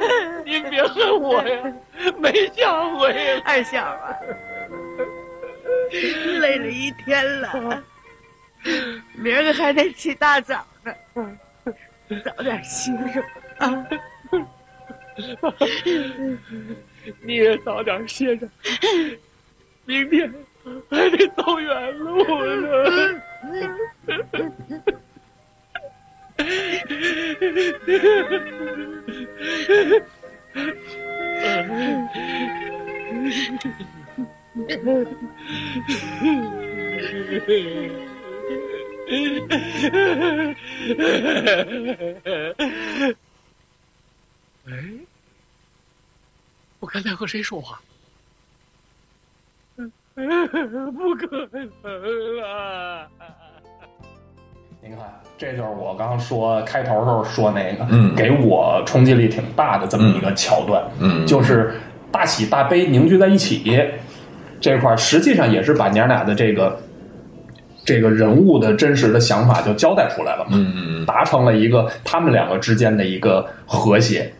您别恨我呀，没下回了。 二小啊，累了一天了，明儿个还得起大早呢，早点歇着啊！你也早点歇着， 明天还得走远路呢。嗯哎，我刚才和谁说话？不可能了！您看，啊这就是我刚刚说开头时候说那个，嗯给我冲击力挺大的这么一个桥段，嗯就是大喜大悲凝聚在一起这块儿，实际上也是把娘俩的这个这个人物的真实的想法就交代出来了，嗯嗯嗯，达成了一个他们两个之间的一个和谐，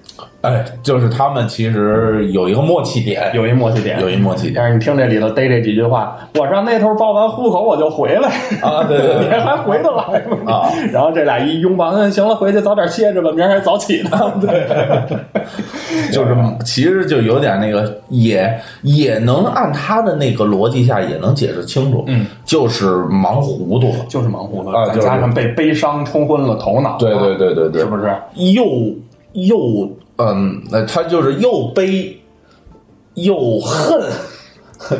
哎，就是他们其实有一个默契点，有一默契点，哎有一默契点但是你听这里头逮这几句话，我上那头报完户口我就回来，啊，对对你对还回得来吗？啊，然后这俩一拥抱，嗯，行了，回去早点歇着吧，明儿还早起呢。啊对， 就是其实就有点那个，也也能按他的那个逻辑下也能解释清楚，嗯，就是忙糊涂了，就是忙糊涂，啊再就是加上被悲伤冲昏了头脑，对对对对对，是不是？又又嗯，呃他就是又悲又恨，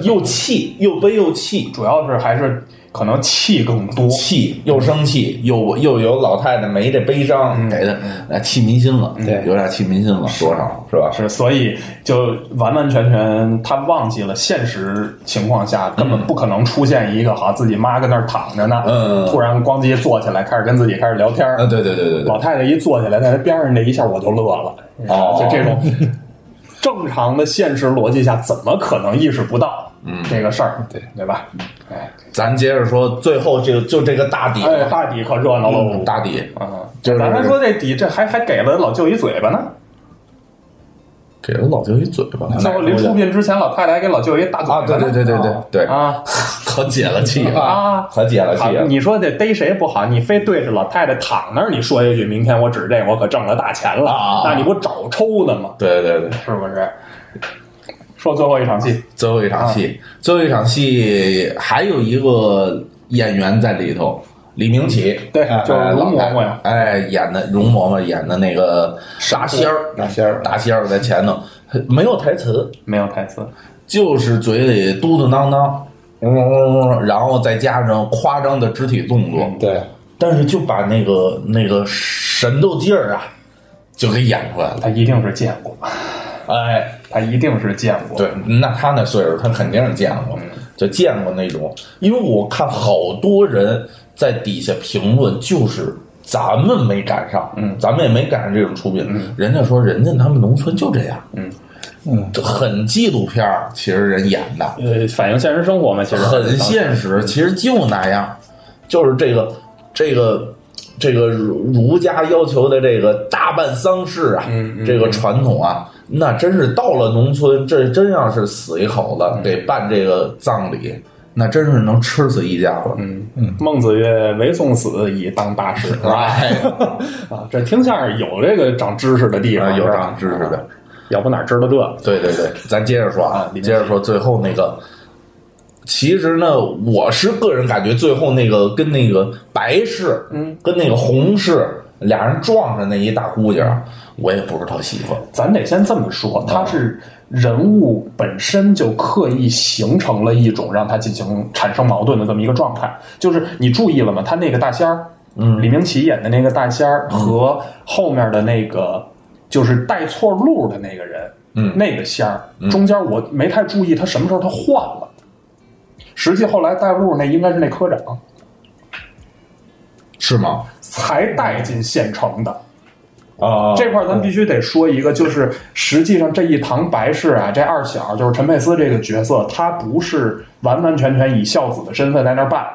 又气，又悲又气，主要是还是可能气更多，气又生气，又又有老太太没这悲伤，给他哎气民心了，对有点气民心了，多少是吧？是，所以就完完全全他忘记了现实情况下根本不可能出现一个好像自己妈跟那儿躺着呢，嗯嗯嗯突然咣叽坐起来开始跟自己开始聊天儿啊，对对对对对老，太太一坐起来，在她边上这一下我就乐了。哦就这种正常的现实逻辑下，怎么可能意识不到嗯这个事儿？对对吧？哎咱接着说，最后就就这个大底哎，了，大底可热闹嗯了，大底啊！就是咱还说这底，这还还给了老舅一嘴巴呢。给了老舅一嘴巴，最后临出殡之前，老太太还给老舅一大嘴巴啊，呢。对对对对对对，啊可解了气啊！了，啊可解了气好了，你说得逮谁不好，你非对着老太太躺那儿，你说一句“明天我指这我可挣了大钱了”，啊那你不找抽呢吗？对对对。是不是？说最后一场戏，最后一场戏，最后一场戏还有一个演员在里头，李明启，对，就是哎容老嬷嬷呀太，哎，演的容嬷嬷演的那个大仙儿，大仙儿大仙儿在前头，没有台词，没有台词，就是嘴里嘟嘟囔囔，嗡嗡嗡嗡，然后再加上夸张的肢体动作，对，但是就把那个那个神斗劲儿啊，就给演出来了，他一定是见过，哎，他一定是见过。对，那他那岁数，他肯定是见过，嗯就见过那种。因为我看好多人在底下评论，就是咱们没赶上，嗯咱们也没赶上这种出品。人家说人家他们农村就这样，嗯嗯，这很纪录片儿，其实人演的呃，反映现实生活嘛，其实很现实，其实就那样，就是这个这个。这个儒儒家要求的这个大办丧事啊，嗯嗯这个传统啊，那真是到了农村，这真要是死一口子，嗯给办这个葬礼，那真是能吃死一家了。 嗯嗯，孟子曰：“唯送死，以当大事。”是吧？哎，啊，这听相声有这个长知识的地方， 啊有是吧啊长知识的，要不哪知道这个？对对对，咱接着说啊啊，里面接着说最后那个。其实呢，我是个人感觉，最后那个跟那个白氏，嗯，跟那个红氏俩人撞上那一大姑姐嗯儿，我也不是特喜欢。咱得先这么说，他是人物本身就刻意形成了一种让他进行产生矛盾的这么一个状态。就是你注意了吗？他那个大仙儿嗯李明启演的那个大仙儿和后面的那个就是带错路的那个人，嗯那个仙儿嗯中间我没太注意他什么时候他换了，实际后来带路那应该是那科长是吗？才带进县城的。啊，这块儿咱必须得说一个，就是实际上这一堂白事啊，这二小就是陈佩斯这个角色，他不是完完全全以孝子的身份在那儿办，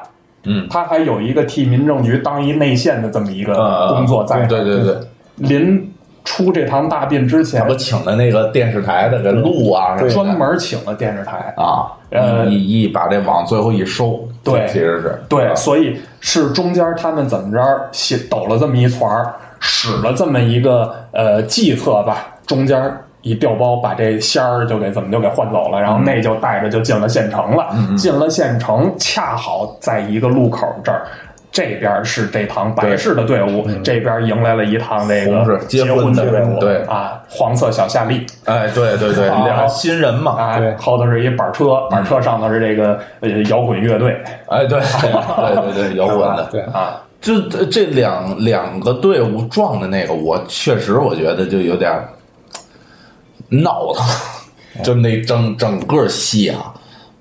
嗯他还有一个替民政局当一内线的这么一个呃工作在。嗯对对对，临出这堂大病之前我，请的那个电视台的这录啊，专门请了电视台。啊，呃一一把这网最后一收，对其实是啊对，所以是中间他们怎么着写抖了这么一团儿，使了这么一个呃计策吧，中间一调包把这仙儿就给怎么就给换走了，然后那就带着就进了县城了。进了县城，恰好在一个路口这儿。这边是这堂白事的队伍，这边迎来了一趟这红是个结结婚的的队伍，对啊，黄色小夏利，哎，对对对，好俩新人嘛，啊对，后头是一板车，板车上头是这个呃摇滚乐队哎， 对对对对，摇滚的，对啊，这这这两两个队伍撞的那个，我确实我觉得就有点儿闹腾，哎就那整整个戏啊，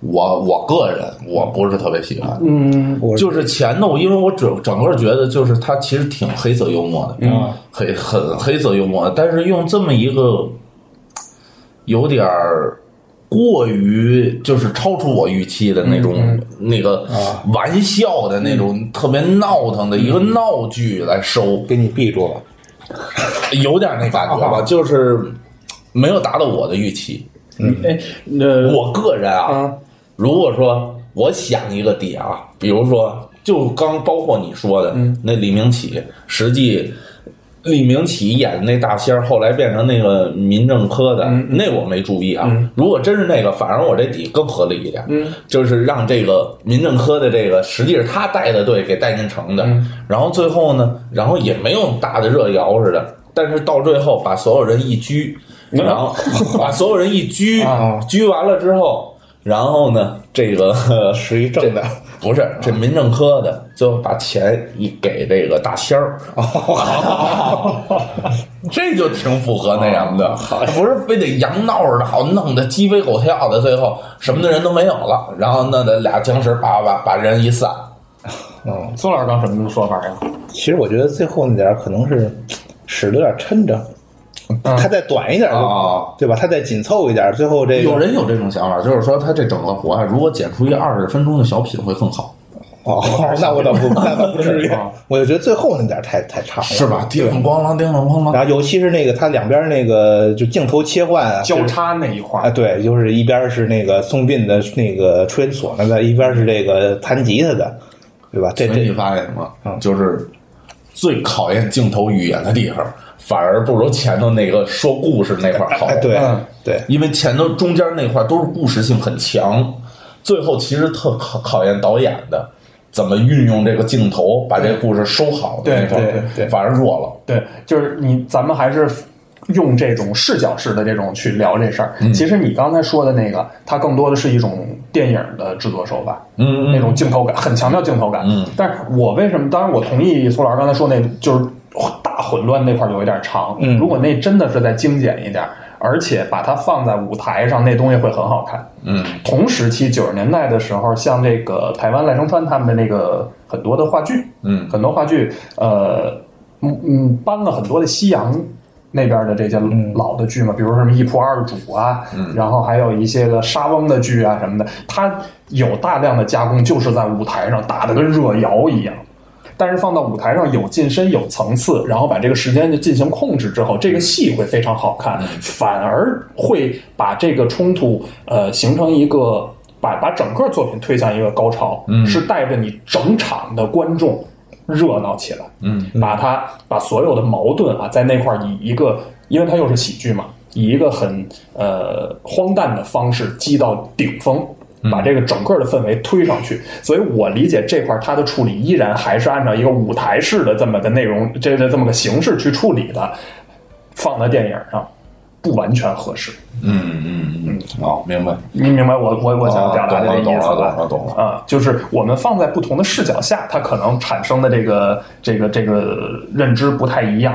我我个人我不是特别喜欢，嗯，我就是前头，因为我整整个觉得就是他其实挺黑色幽默的，嗯，很很黑色幽默，但是用这么一个有点儿过于就是超出我预期的那种、嗯那个啊玩笑的那种、特别闹腾的一嗯个闹剧来收，给你闭住了。有点那感觉啊吧，就是没有达到我的预期。哎，那我个人啊，啊，如果说我想一个点啊，比如说，就刚包括你说的、嗯那李明启，实际李明启演的那大仙儿，后来变成那个民政科的，嗯那我没注意啊。嗯如果真是那个，反而我这底更合理一点，嗯就是让这个民政科的这个实际是他带的队给带进城的，嗯然后最后呢，然后也没有打的热窑似的。但是到最后把所有人一拘，嗯然后把所有人一拘 啊，拘哦完了之后，然后呢，这 个呵是一正的不是这民政科的，最后把钱一给这个大仙儿，哦 这就挺符合那什么的，不是非得洋闹着的好，弄得鸡飞狗跳的，最后什么的人都没有了，然后弄得俩僵尸叭叭把人一散，嗯，孙老师刚什么说法呀？其实我觉得最后那点儿可能是使得有点抻着，嗯他再短一点儿啊对吧？他再紧凑一点儿，最后这个有人有这种想法，就是说他这整个活啊，如果剪出一二十分钟的小品会更好，哦， 那我倒不，那倒不至于啊， 我就觉得最后那点儿太太长了，是吧？对叮。铃咣啷，叮铃咣啷，然后尤其是那个他两边儿那个就镜头切换啊，交叉那一块啊，儿，对，就是一边是那个送殡的那个吹唢呐的，一边是这个弹吉他的，对吧？这所以你这发现吗嗯？就是最考验镜头语言的地方，反而不如前头那个说故事那块儿 好。哎，对嗯对，因为前头中间那块儿都是故事性很强，最后其实特考考验导演的怎么运用这个镜头把这故事收好的那块儿对对对对反而弱了。对，就是你，咱们还是用这种视角式的这种去聊这事儿。其实你刚才说的那个，它更多的是一种电影的制作手法，嗯那种镜头感，很强调镜头感。嗯，但是我为什么？当然，我同意苏老师刚才说那，就是大混乱那块儿有一点长。嗯如果那真的是再精简一点儿，而且把它放在舞台上，那东西会很好看。嗯同时期九十年代的时候，像这个台湾赖声川他们的那个很多的话剧，嗯很多话剧，呃，嗯嗯，搬了很多的西洋那边的这些老的剧嘛，比如说什么《一仆二主》啊，嗯然后还有一些个沙翁的剧啊什么的，它有大量的加工，就是在舞台上打的跟热窑一样。但是放到舞台上有近身有层次，然后把这个时间就进行控制之后，这个戏会非常好看，嗯反而会把这个冲突呃形成一个把把整个作品推向一个高潮，嗯是带着你整场的观众热闹起来，嗯把它把所有的矛盾啊在那块儿以一个，因为它又是喜剧嘛，以一个很呃荒诞的方式激到顶峰。把这个整个的氛围推上去，所以我理解这块儿它的处理依然还是按照一个舞台式的这么个内容，这这这么个形式去处理的，放到电影上。不完全合适。嗯嗯嗯，哦，明白。你明白我我我想表达的这个意思懂了懂吧？了懂了懂了啊，就是我们放在不同的视角下，它可能产生的这个这个这个认知不太一样。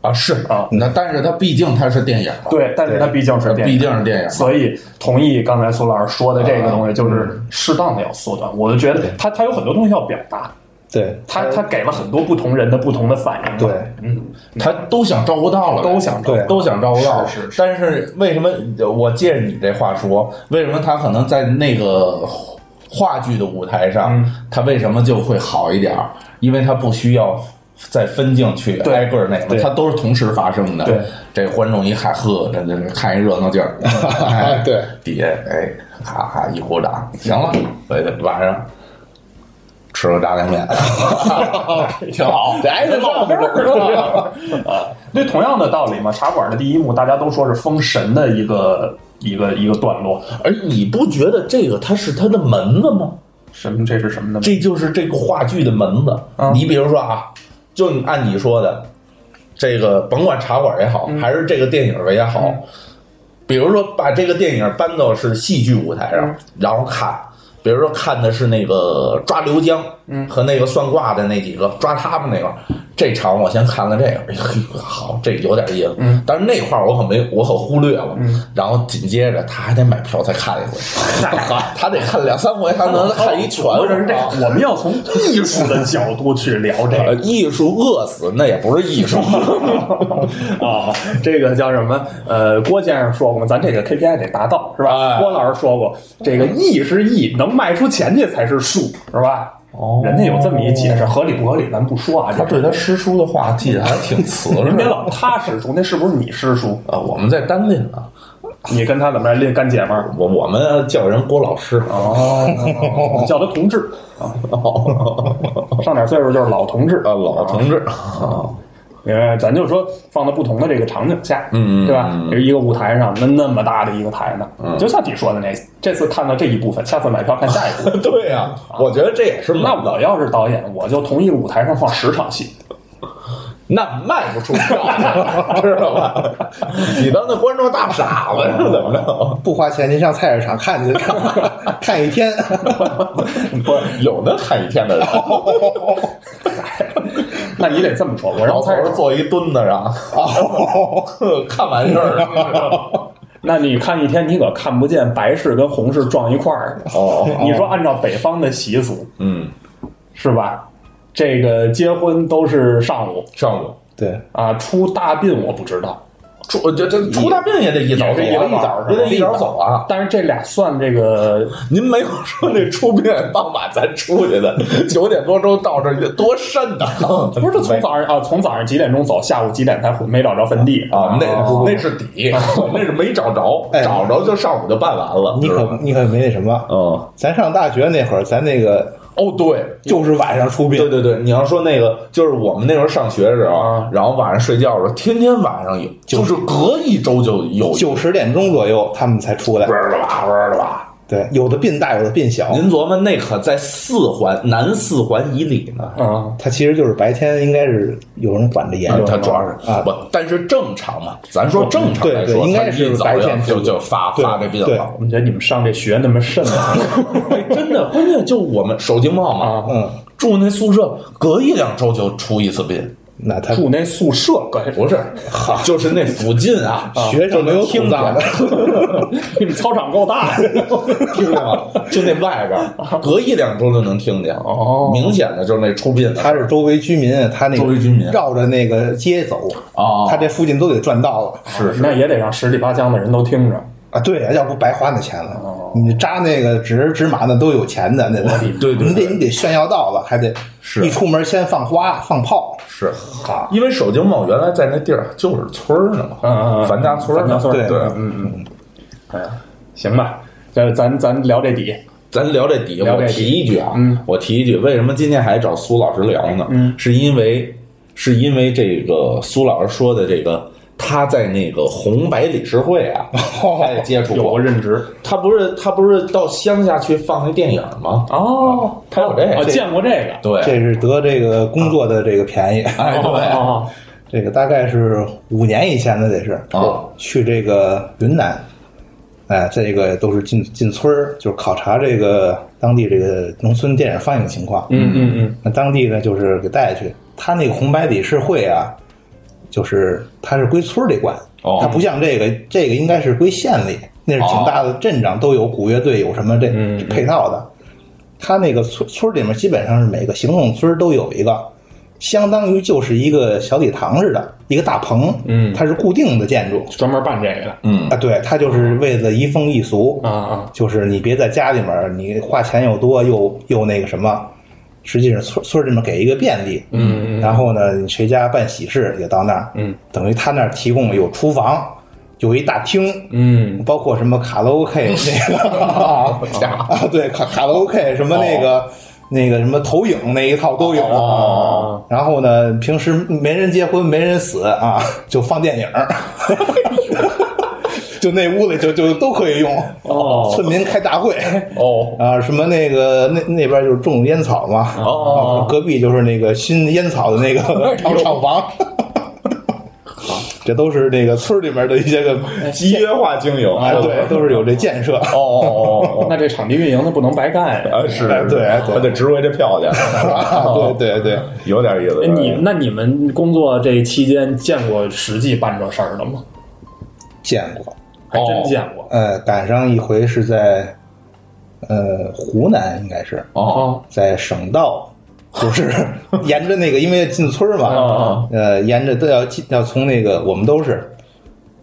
啊，是啊那但是它毕竟它是电影嘛，对，但是它毕竟是电影，毕竟是电影嘛所以同意刚才苏老师说的这个东西，就是适当的要缩短。我就觉得它它有很多东西要表达，对它它给了很多不同人的不同的反应。对， 嗯，他都想照顾到了，都想对都想照顾到。啊是是但是为什么我借着你这话说，为什么他可能在那个话剧的舞台上，嗯他为什么就会好一点儿？因为他不需要。再分镜去对挨个儿那个，对它都是同时发生的。对，这观众一喊呵，这这这看一热闹劲 儿，哎对，底下哎，哈哈一鼓掌，行了，回去晚上吃个炸酱 面，挺好，哎挨着上边 儿啊对，同样的道理嘛，茶馆的第一幕大家都说是封神的一个一个一个段落，而你不觉得这个它是它的门子吗？什么这是什么呢？这就是这个话剧的门子。啊你比如说啊，就按你说的，这个甭管茶馆也好，还是这个电影也好，比如说把这个电影搬到是戏剧舞台上，然后看。比如说看的是那个抓刘江，嗯，和那个算卦的那几个抓他们那块儿，这场我先看了这个，哎嘿，好，这有点意思。嗯，但是那块儿我可没，我可忽略了。嗯，然后紧接着他还得买票再看一回， 他得看两三回， 他能啊看一啊全。哦哦不是这，我们要从艺术的角度去聊这呃 个，艺术饿死那也不是艺 术，哎啊，这个叫什么？呃，郭先生说过嘛，咱这个 KPI 得达到，是吧？哎郭老师说过，这个艺是艺，能卖出钱去才是数，是吧？哦人家有这么一解释，合理不合理咱不说啊。他对他师叔的话记得还挺瓷实您别的。老他师叔，那是不是你师叔？啊，我们在单练啊，你跟他怎么着，练干姐们儿？我我们叫人郭老师啊，哦， 叫他同志，啊上点岁数就是老同志。老同志啊，呃，咱就说放到不同的这个场景下，嗯嗯对吧嗯？比如一个舞台上那那么大的一个台呢，就像你说的那，这次看到这一部分，下次买票看下一部 分。对呀，我觉得这也是那我要是导演，我就同意舞台上放十场戏。 那卖不出票去， 知道吧？你当那观众大傻 子是怎么着？不花钱，您上菜市场看去， 看一天。 不是有那看一天 的人，那你得这么说，我然让后菜在市这场，坐一墩子上， 哦看完事 儿了。那你看一天，你可看不见白事跟红事撞一块儿。哦，你说按照北方的习俗嗯，是吧？这个结婚都是上午上午对，啊，出大病我不知道。出这这出大病也得一早也走是啊，也一早是得吧一早走啊。但是这俩算这个您没有说那出殡傍晚咱出去的，九点多钟到这儿多瘆呐！不是从早上啊，从早上几点钟走，下午几点才回，没找着坟地啊，那哦那是底，那是没找着，哎找着就上午就办完了。你知道可吗你可没那什么，嗯，咱上大学那会儿，咱那个哦对。就是晚上出殡，对对对，你要说那个，就是我们那时候上学的时候啊，然后晚上睡觉的时候，天天晚上有，就是隔一周就有，九十点钟左右他们才出来味。儿了吧，味儿了吧。对，有的殡大，有的殡小，您琢磨，那可在四环南四环以里呢，啊，它其实就是白天应该是有人管着严啊，着呢。他主要是啊不，但是正常嘛，咱说正常对来对说，应该他是一早白要天就出就发对发的比较对早。我觉得你们上这学那么慎啊， 哎真的，关键就我们首经贸嘛，啊嗯，住那宿舍隔一两周就出一次殡，那他住那宿舍，各位，不是，就是那附近啊， 学生没有土葬的， 你们操场够大呀。听见吗？就那外 边儿隔一两周就能听见，哦明显的就是那出殡的，他是周围居民，他那个周围居民绕着那个街走，哦他这附近都得转道了 是是那也得让十里八乡的人都听着。啊。对呀，要不白花那钱了哦。你扎那个纸纸马那都有钱的，那得对对对你得你得炫耀到了，还得是一出门先放花放炮，是，因为首经贸原来在那地儿就是村儿呢啊嗯嘛，嗯嗯樊家村儿樊呢家，村儿对，嗯嗯，哎呀，行吧，这咱咱聊这底，咱聊这底，聊这我底提一句啊，嗯我提一句，为什么今天还找苏老师聊呢？嗯是因为是因为这个苏老师说的这个，他在那个红白理事会啊，他也接触哦有过过。任职他不是他不是到乡下去放那电影吗？哦他有这个哦见过这个，对， 这是得这个工作的这个便宜。哎哦对，哦，哦这个大概是五年以前的，得是啊，去这个云南，哎，这个都是进进村儿，就是考察这个当地这个农村电影放映情况。嗯嗯嗯，那当地呢，就是给带去。他那个红白理事会啊，就是它是归村儿里管，哦它不像这个，这个应该是归县里，那是挺大的镇长，都有鼓乐队，有什么这哦嗯嗯配套的。它那个村村儿里面基本上是每个行政村儿都有一个，相当于就是一个小礼堂似的，一个大棚，嗯它是固定的建筑专门办这个的嗯啊，对，它就是为了移风易俗啊啊，就是你别在家里面儿，你花钱又多又又那个什么，实际上村村儿里面给一个便利，嗯嗯然后呢，你谁家办喜事也到那儿，嗯，等于他那儿提供有厨房，有一大厅，嗯包括什么卡拉 OK 那个啊， 对卡卡拉 OK 什么那个、那个什么投影那一套都有。哦然后呢，平时没人结婚没人死 啊，就放电影儿， 就那屋里就就都可以用。哦村民开大会。哦啊，什么那个那那边就是种烟草嘛，哦啊隔壁就是那个熏烟草的那 个厂厂房， 这都是那个村儿里面的一些个集约化经营，哎，对，都是有这建设。哦哦哦哦那这场地运营的不能白干呀。啊是哎，对哎对他得值回这票去，啊对对对，有点意思哎。你那你们工作这期间见过实际办这事儿的吗？见过。还真见过呃，赶上一回是在呃湖南，应该是哦，哦在省道，就是 沿着那个，因为进村儿啊哦嘛，啊呃，沿着都要进，要从那个，我们都是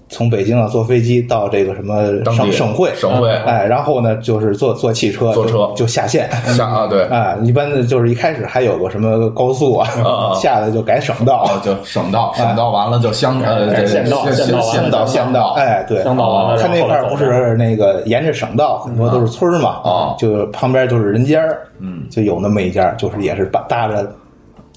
从北京啊坐飞机到这个什么当省地省 会，省会哎，然后呢就是坐坐汽车，坐就车就下县。下啊对，哎啊，一般的就是一开始还有个什么高速啊啊啊，下来就改省道，哦就省道，省道完了就乡呃哎这县道县县道县完道啊了县道，哎，对，乡道完了他然后那块儿再走不是那个沿着省道，很多都是村儿嘛，啊就旁边就是人家儿，嗯就有那么一家儿，就是也是搭搭着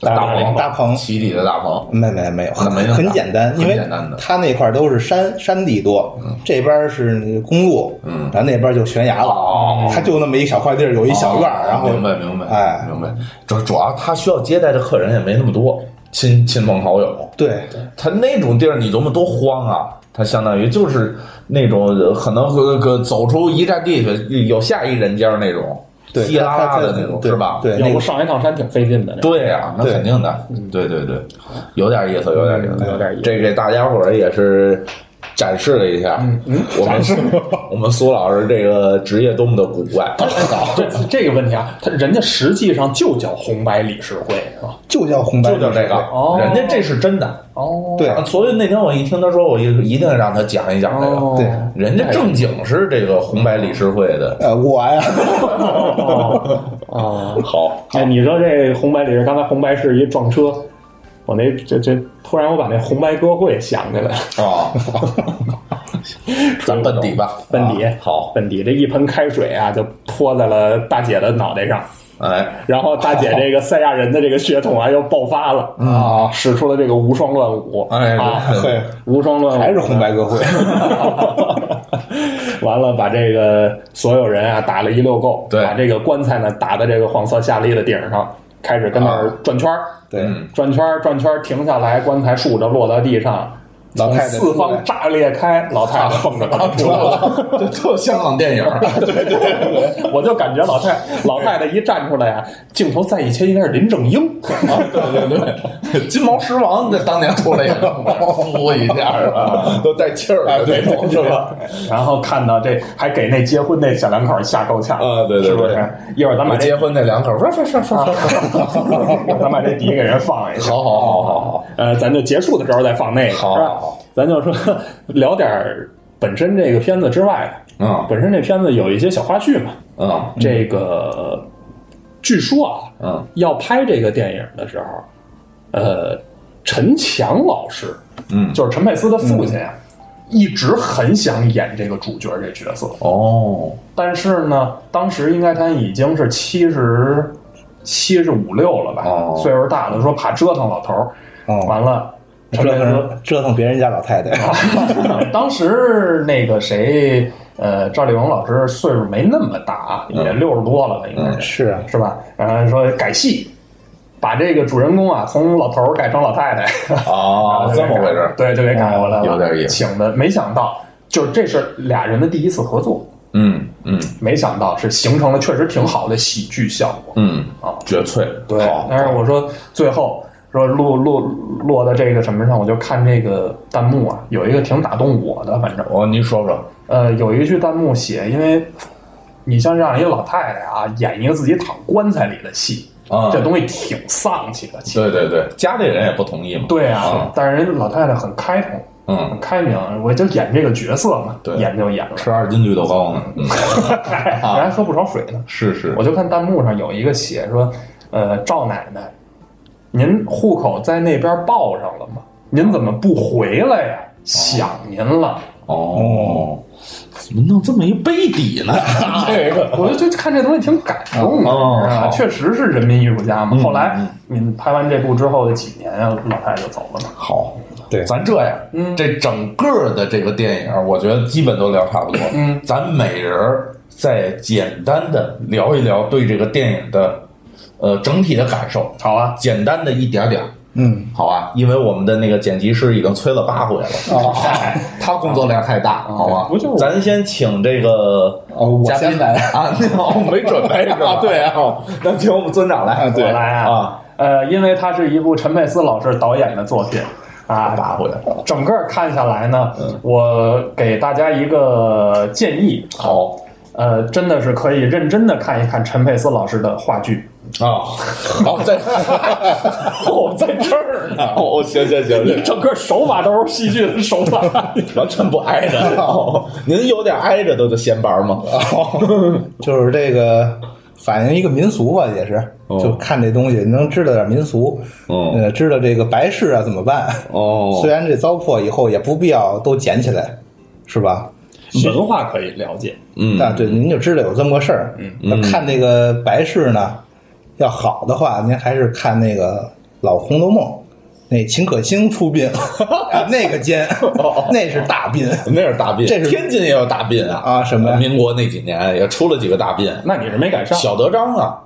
搭大着棚大棚，起底的大棚，没没没有，那很啊没那么很大简单，很因为简单的他那块儿都是山山地多，这边儿是那个公路，嗯然后那边儿就悬崖哦了，他就那么一小块地儿，有一小院儿，然后明白明白，哎明白。主主要他需要接待的客人也没那么多，亲亲朋好友，对他那种地儿你琢磨多荒啊！他相当于就是那种呃可能和个走出一站地去，有下一人家那种对，稀拉他拉他的他那种，对是吧？对，要那不个上一趟山挺费劲的。这对呀、那对嗯肯定的，对对对，有点意思，有点意思，嗯有点意思这给大家伙儿也是展示了一下，嗯我们我们苏老师这个职业多么的古怪，这这个问题啊，他人家实际上就叫红白理事会是吧？就叫红白就叫绿这个水哦，人家这是真的。哦对啊所以那天我一听他说，我一一定让他讲一讲这个。对人家正经是这个红白理事会的，呃，我呀，哦哦， 好， 哎，你说这红白里边，刚才红白是一撞车，我那这这突然我把那红白歌会想起来了，啊， 咱奔底吧，奔底啊好，本底这一盆开水啊，就泼在了大姐的脑袋上，哎，然后大姐这个赛亚人的这个血统啊又爆发了，啊，使出了这个无双乱舞，哎啊，对，无双乱舞还是红白歌会， 嗯完了，把这个所有人啊打了一溜够，对把这个棺材呢打在这个黄色夏利的顶上，开始跟那儿转圈儿、对。嗯转圈儿、转圈儿，停下来，棺材竖着落到地上，老从太太四出来方炸裂开，老 太太蹦着啊刚出来了。这特香港电影，啊对对我就感觉老太老太太一站出来啊，镜头再一切，应该是林正英，对对对，金毛狮王这当年出来 也呼一下是吧？都带气儿 的那种啊是吧？然后看到这还给那结婚那小两口吓够呛啊对对是不对是？一会儿咱把我这结婚那两口，说说说说说，咱把这底给人放一下。好好好好好，呃，咱就结束的时候再放那个，好是吧好好咱就说 聊点儿本身这个片子之外的，嗯本身这片子有一些小花絮嘛。嗯这个据说啊，嗯要拍这个电影的时候，呃，陈强老师嗯，就是陈佩斯的父亲嗯啊，一直很想演这个主角这角色，哦，但是呢，当时应该他已经是七十七十五六了吧，哦岁数大了，说怕折腾老头儿，哦，完了。陈折佩斯腾折腾别人家老太太， 当时那个谁，呃，赵丽蓉老师岁数嗯没那么大啊，也六十多了吧，应该是、是啊，是吧？然后说改戏，把这个主人公啊从老头儿改成老太太， 哦，这么回事儿，对，就给改过来了，嗯有点意思请的，没想到就是这是俩人的第一次合作，嗯嗯没想到是形成了确实挺好的喜剧效果。嗯，哦绝萃，对好，但是我说最后说落落落到这个什么上，我就看这个弹幕啊，有一个挺打动我的，反正我您说说，呃，有一句弹幕写，因为你像让一个老太太啊演一个自己躺棺材里的戏，啊这东西挺丧气的。其实对对对，家里人也不同意嘛，对啊啊，但是人老太太很开通，嗯很，开明，我就演这个角色嘛，对演就演了，吃二斤绿豆糕呢，嗯，人还喝不少水呢。是是我，就看弹幕上有一个写说，呃，赵奶奶，您户口在那边报上了吗？您怎么不回来呀？想您了。哦，怎么弄这么一杯底呢？ 这 个，我就就看这东西挺感动的，啊哦是吧好确实是人民艺术家嘛。嗯后来嗯你拍完这部之后的几年啊，老太太就走了嘛。好，对咱这样，嗯这整个的这个电影，我觉得基本都聊差不多。嗯，咱每人儿再简单的聊一聊对这个电影的，呃，整体的感受，好啊，简单的一点点儿，嗯，好吧？因为我们的那个剪辑师已经催了八回了，哎他工作量太大，好吧？不就是咱先请这个哦，我嘉先宾来。啊， 那我没准备是吧？对啊，那请我们村长来，啊对我来啊啊，呃，因为它是一部陈佩斯老师导演的作品啊，八回了，整个看下来呢，我给大家一个建议，好呃，真的是可以认真的看一看陈佩斯老师的话剧。啊，好 在，我在这儿呢，哦，行行行你行，整个手法都是戏剧的手法。完全不挨着，哦您有点挨着都得闲班吗？就是这个反映一个民俗吧，也是，哦就看这东西能知道点民俗，哦呃，知道这个白事啊怎么办？哦虽然这糟粕以后也不必要都捡起来，是吧？文化可以了解，嗯啊，对，您就知道有这么个事儿。那看那个白事呢，要好的话，您还是看那个《老红楼梦》，那秦可卿出 殡，啊那个奸，那是大殡。那是大病，这是天津也有大病啊啊什么呀民国那几年也出了几个大病，那你是没赶上。小德章啊，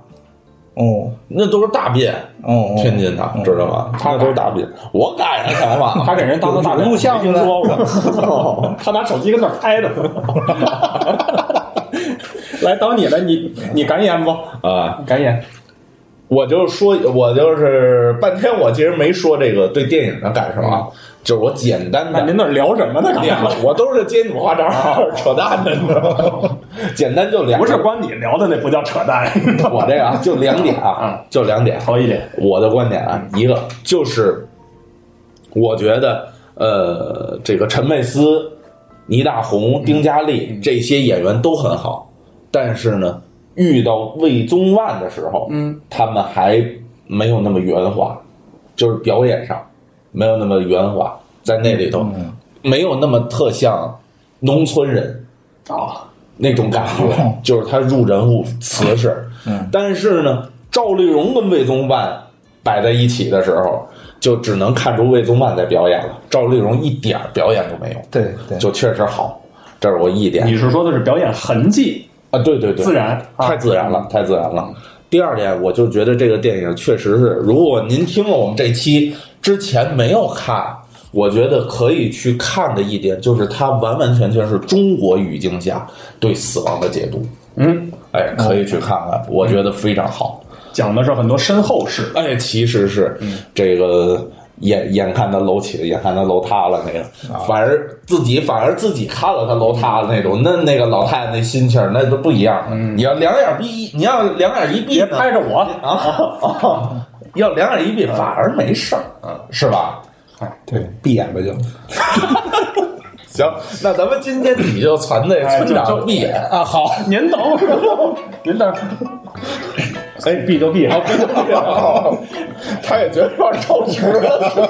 哦那都是大病，哦，天津的知道吧？嗯那都是大病，我赶上他 了，他给人当个大有录像听呢说过， 他拿手机跟那儿拍的。来，等你了，你你敢演不？啊，敢演。我就说，我就是半天，我其实没说这个对电影的感受啊，就是我简单 嗯那的您那儿聊什 么呢？刚两才个，我都是接你们话茬儿扯淡的，你知道吗？简单就两，哦不是光你聊的那不叫扯淡，我这个啊，就两点啊嗯，就两点。头一点，我的观点啊，一个就是，我觉得呃，这个陈佩斯、倪大红、丁嘉丽嗯这些演员都很好，但是呢，遇到魏宗万的时候，嗯，他们还没有那么圆滑，就是表演上没有那么圆滑，在那里头、嗯嗯没有那么特像农村人啊，那种感 觉，就是他入人物瓷实。嗯但是呢，赵丽蓉跟魏宗万摆在一起的时候，就只能看出魏宗万在表演了，赵丽蓉一点儿表演都没有，对对，就确实好。这是我一点你是说的是表演痕迹啊，对对对，自然，啊太自然了，太自然了。第二点，我就觉得这个电影确实是，如果您听了我们这期之前没有看，我觉得可以去看的一点就是它完完全全是中国语境下对死亡的解读。嗯，哎，可以去看看，我觉得非常好。讲的是很多身后事。哎，其实是这个眼眼看他楼起，眼看他楼塌了那个，反而自己反而自己看了他楼塌了那种，那那个老太太那心情儿那都不一样。你要两眼闭，你要两眼一闭别呢，拍着我，啊 啊，要两眼一闭反而没事儿，是吧？对，闭眼吧就。行，那咱们今天你就传那哎就村长就闭眼，啊！好，您等会儿，您等会儿。哎，闭就闭，闭就闭。他也觉得有点超时 了。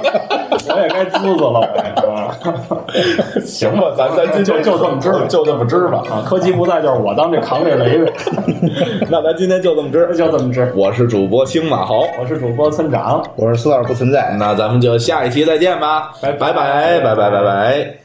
我也该滋滋了，我也是。行吧，咱咱今就天就这么支吧就这么支吧。啊，柯基不在，就是我当这扛这雷 呗，那咱今天就这么那支。就这么支。我是主播星马豪，我是主播村长，我是苏老师不存在，那咱们就下一期再见吧，拜拜拜拜拜拜拜。